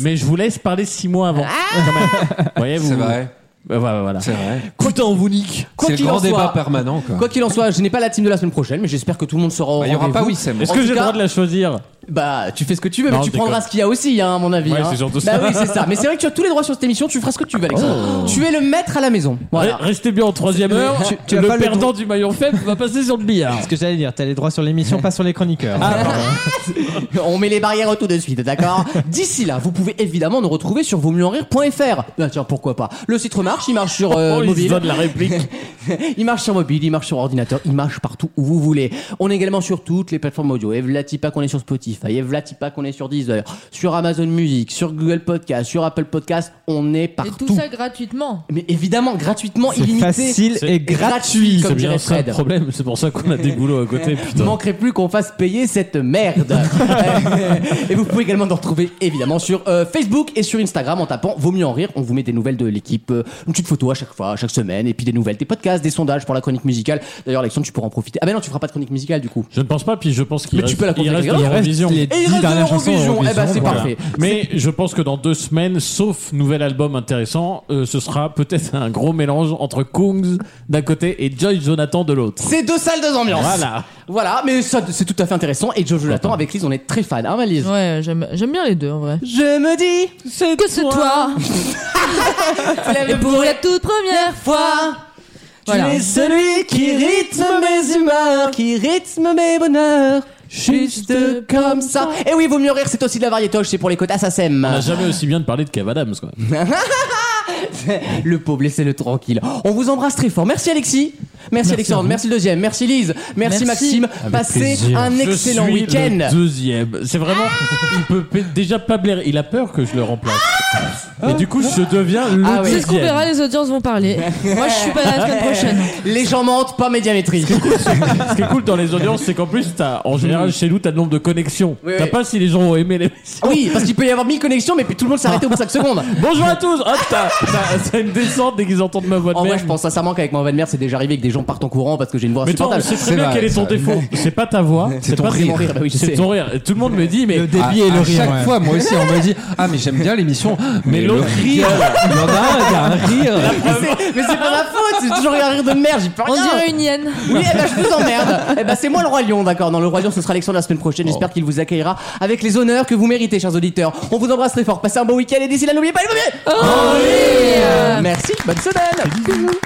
mais je vous laisse parler six mois avant. Quand même. Vous voyez, vous.
C'est vrai,
Bah, voilà, voilà.
c'est vrai.
Putain, on vous nique.
quoi
C'est le
qu'il
grand
en
débat
soit
permanent. quoi.
quoi qu'il en soit je n'ai pas la team de la semaine prochaine mais j'espère que tout le monde sera au
Bah, Il y aura pas
rendez-vous.
Wissem.
Est-ce
En
que
tout
j'ai le
cas-
droit de la choisir
Bah, tu fais ce que tu veux,
Non,
mais
je
tu prendras
déconne.
ce qu'il y a aussi, hein, à mon avis.
Ouais,
hein.
c'est surtout
bah
ça. Oh.
oui, c'est ça. Mais c'est vrai que tu as tous les droits sur cette émission, tu feras ce que tu veux, Alexandre. Tu es le maître à la maison. Voilà.
Re- Restez bien en troisième heure.
Tu- tu as pas
le
le
perdant du maillon faible va passer sur le billard.
Ah.
Ce que j'allais dire, t'as les droits sur l'émission, pas sur les chroniqueurs. Ah,
Ah On met les barrières tout de suite, d'accord D'ici là, vous pouvez évidemment nous retrouver sur vosmieuxenrire.fr. Bah tiens, pourquoi pas. Le site remarche, il marche sur euh,
oh, il se
mobile.
donne la réplique.
Il marche sur mobile, il marche sur ordinateur, il marche partout où vous voulez. On est également sur toutes les plateformes audio. Et Vlatipa, qu'on est sur Spotify, Spotify. Et v'là, pas qu'on est sur Deezer, sur Amazon Music, sur Google Podcast, sur Apple Podcast. On est
Et
partout.
tout ça gratuitement.
Mais évidemment, gratuitement,
C'est
illimité.
facile
C'est-
comme
C'est bien
dirait
ça le
Fred.
problème, c'est pour ça qu'on a des goulots à côté, putain.
Manquerait plus qu'on fasse payer cette merde. et vous pouvez également nous retrouver évidemment sur euh, Facebook et sur Instagram en tapant Vaut mieux en rire. On vous met des nouvelles de l'équipe, euh, une petite photo à chaque fois, à chaque semaine, et puis des nouvelles, des podcasts, des sondages pour la chronique musicale. D'ailleurs, Alexandre, tu pourras en profiter. Ah ben non, tu feras pas de chronique musicale du coup.
Je ne pense pas, puis je pense qu'il
Mais tu
reste,
peux la
il
contacter.
reste
Il reste
l'Eurovision.
les Et il dix reste dernières chansons l'Eurovision. Eh ben, Eurovision, c'est parfait.
Mais je pense que dans deux semaines, sauf nouvel album intéressant, euh, ce sera peut-être un gros mélange entre Kungs d'un côté et Joy Jonathan de l'autre.
C'est deux salles, deux ambiances.
Voilà.
Voilà, mais ça, c'est tout à fait intéressant. Et Jojo l'attend avec Lise, on est très fan, hein, ma Lise
Ouais, j'aime j'aime bien les deux en vrai.
Je me dis
que c'est toi. Et pour la toute première fois. Voilà.
Tu es celui qui rythme mes humeurs, qui rythme mes bonheurs. Juste comme ça. Et oui, vaut mieux rire, c'est aussi de la variétoche, c'est pour les côtes Ah, à SACEM.
On n'a jamais aussi bien de parler de Kev Adams, quoi.
le pauvre, laissez-le tranquille. On vous embrasse très fort. Merci Alexis. Merci,
Merci à
Alexandre.
vous.
Merci le deuxième. Merci Lise. Merci,
Merci.
Maxime.
Avec
Passez
plaisir.
un
Je
excellent
suis le
week-end.
Deuxième. C'est vraiment.
Ah
Il peut p- déjà pas blairer. Il a peur que je le remplace. Et du coup, je deviens le
Ah oui.
C'est ce qu'on
deuxième.
verra, les audiences vont parler. Moi, je suis pas là la semaine prochaine.
Les gens mentent, pas médiamétrie.
Ce qui est cool dans les audiences, c'est qu'en plus, t'as, en général, chez nous, t'as le nombre de connexions.
Oui,
t'as
oui. Ah
pas si les gens ont aimé l'émission.
oui, parce qu'il peut y avoir mille connexions, mais puis tout le monde s'arrêtait au bout de 5 secondes.
Bonjour à tous! Hop, t'as, t'as- t'as une descente dès qu'ils entendent ma voix de
En vrai,
merde.
je pense sincèrement qu'avec ma voix de merde, c'est déjà arrivé que des gens partent en courant parce que j'ai une voix
Mais toi, on
insupportable.
sait très bien quel est ton défaut. C'est pas ta voix, c'est,
ton
pas
rire.
tes-
Bah oui, je
c'est
sais.
ton rire. Et tout le monde me dit, mais. Le
débit et le rire, ouais. me dit Ah, mais j'aime bien l'émission,
Mais l'autre rire.
Il y en a un, il y a un rire.
Mais c'est- mais c'est pas ma faute, c'est toujours un rire de merde, j'y peux
On
rien.
dirait une hyène.
Oui, eh ben, je vous emmerde. Eh ben, c'est moi le roi lion, d'accord. Non, le roi lion, ce sera Alexandre la semaine prochaine. J'espère qu'il vous accueillera avec les honneurs que vous méritez, chers auditeurs. On vous embrasse
euh,
très fort. Passez un bon week-end et d'ici là, n'oubliez pas les premiers. Merci. Bonne semaine. Bisous.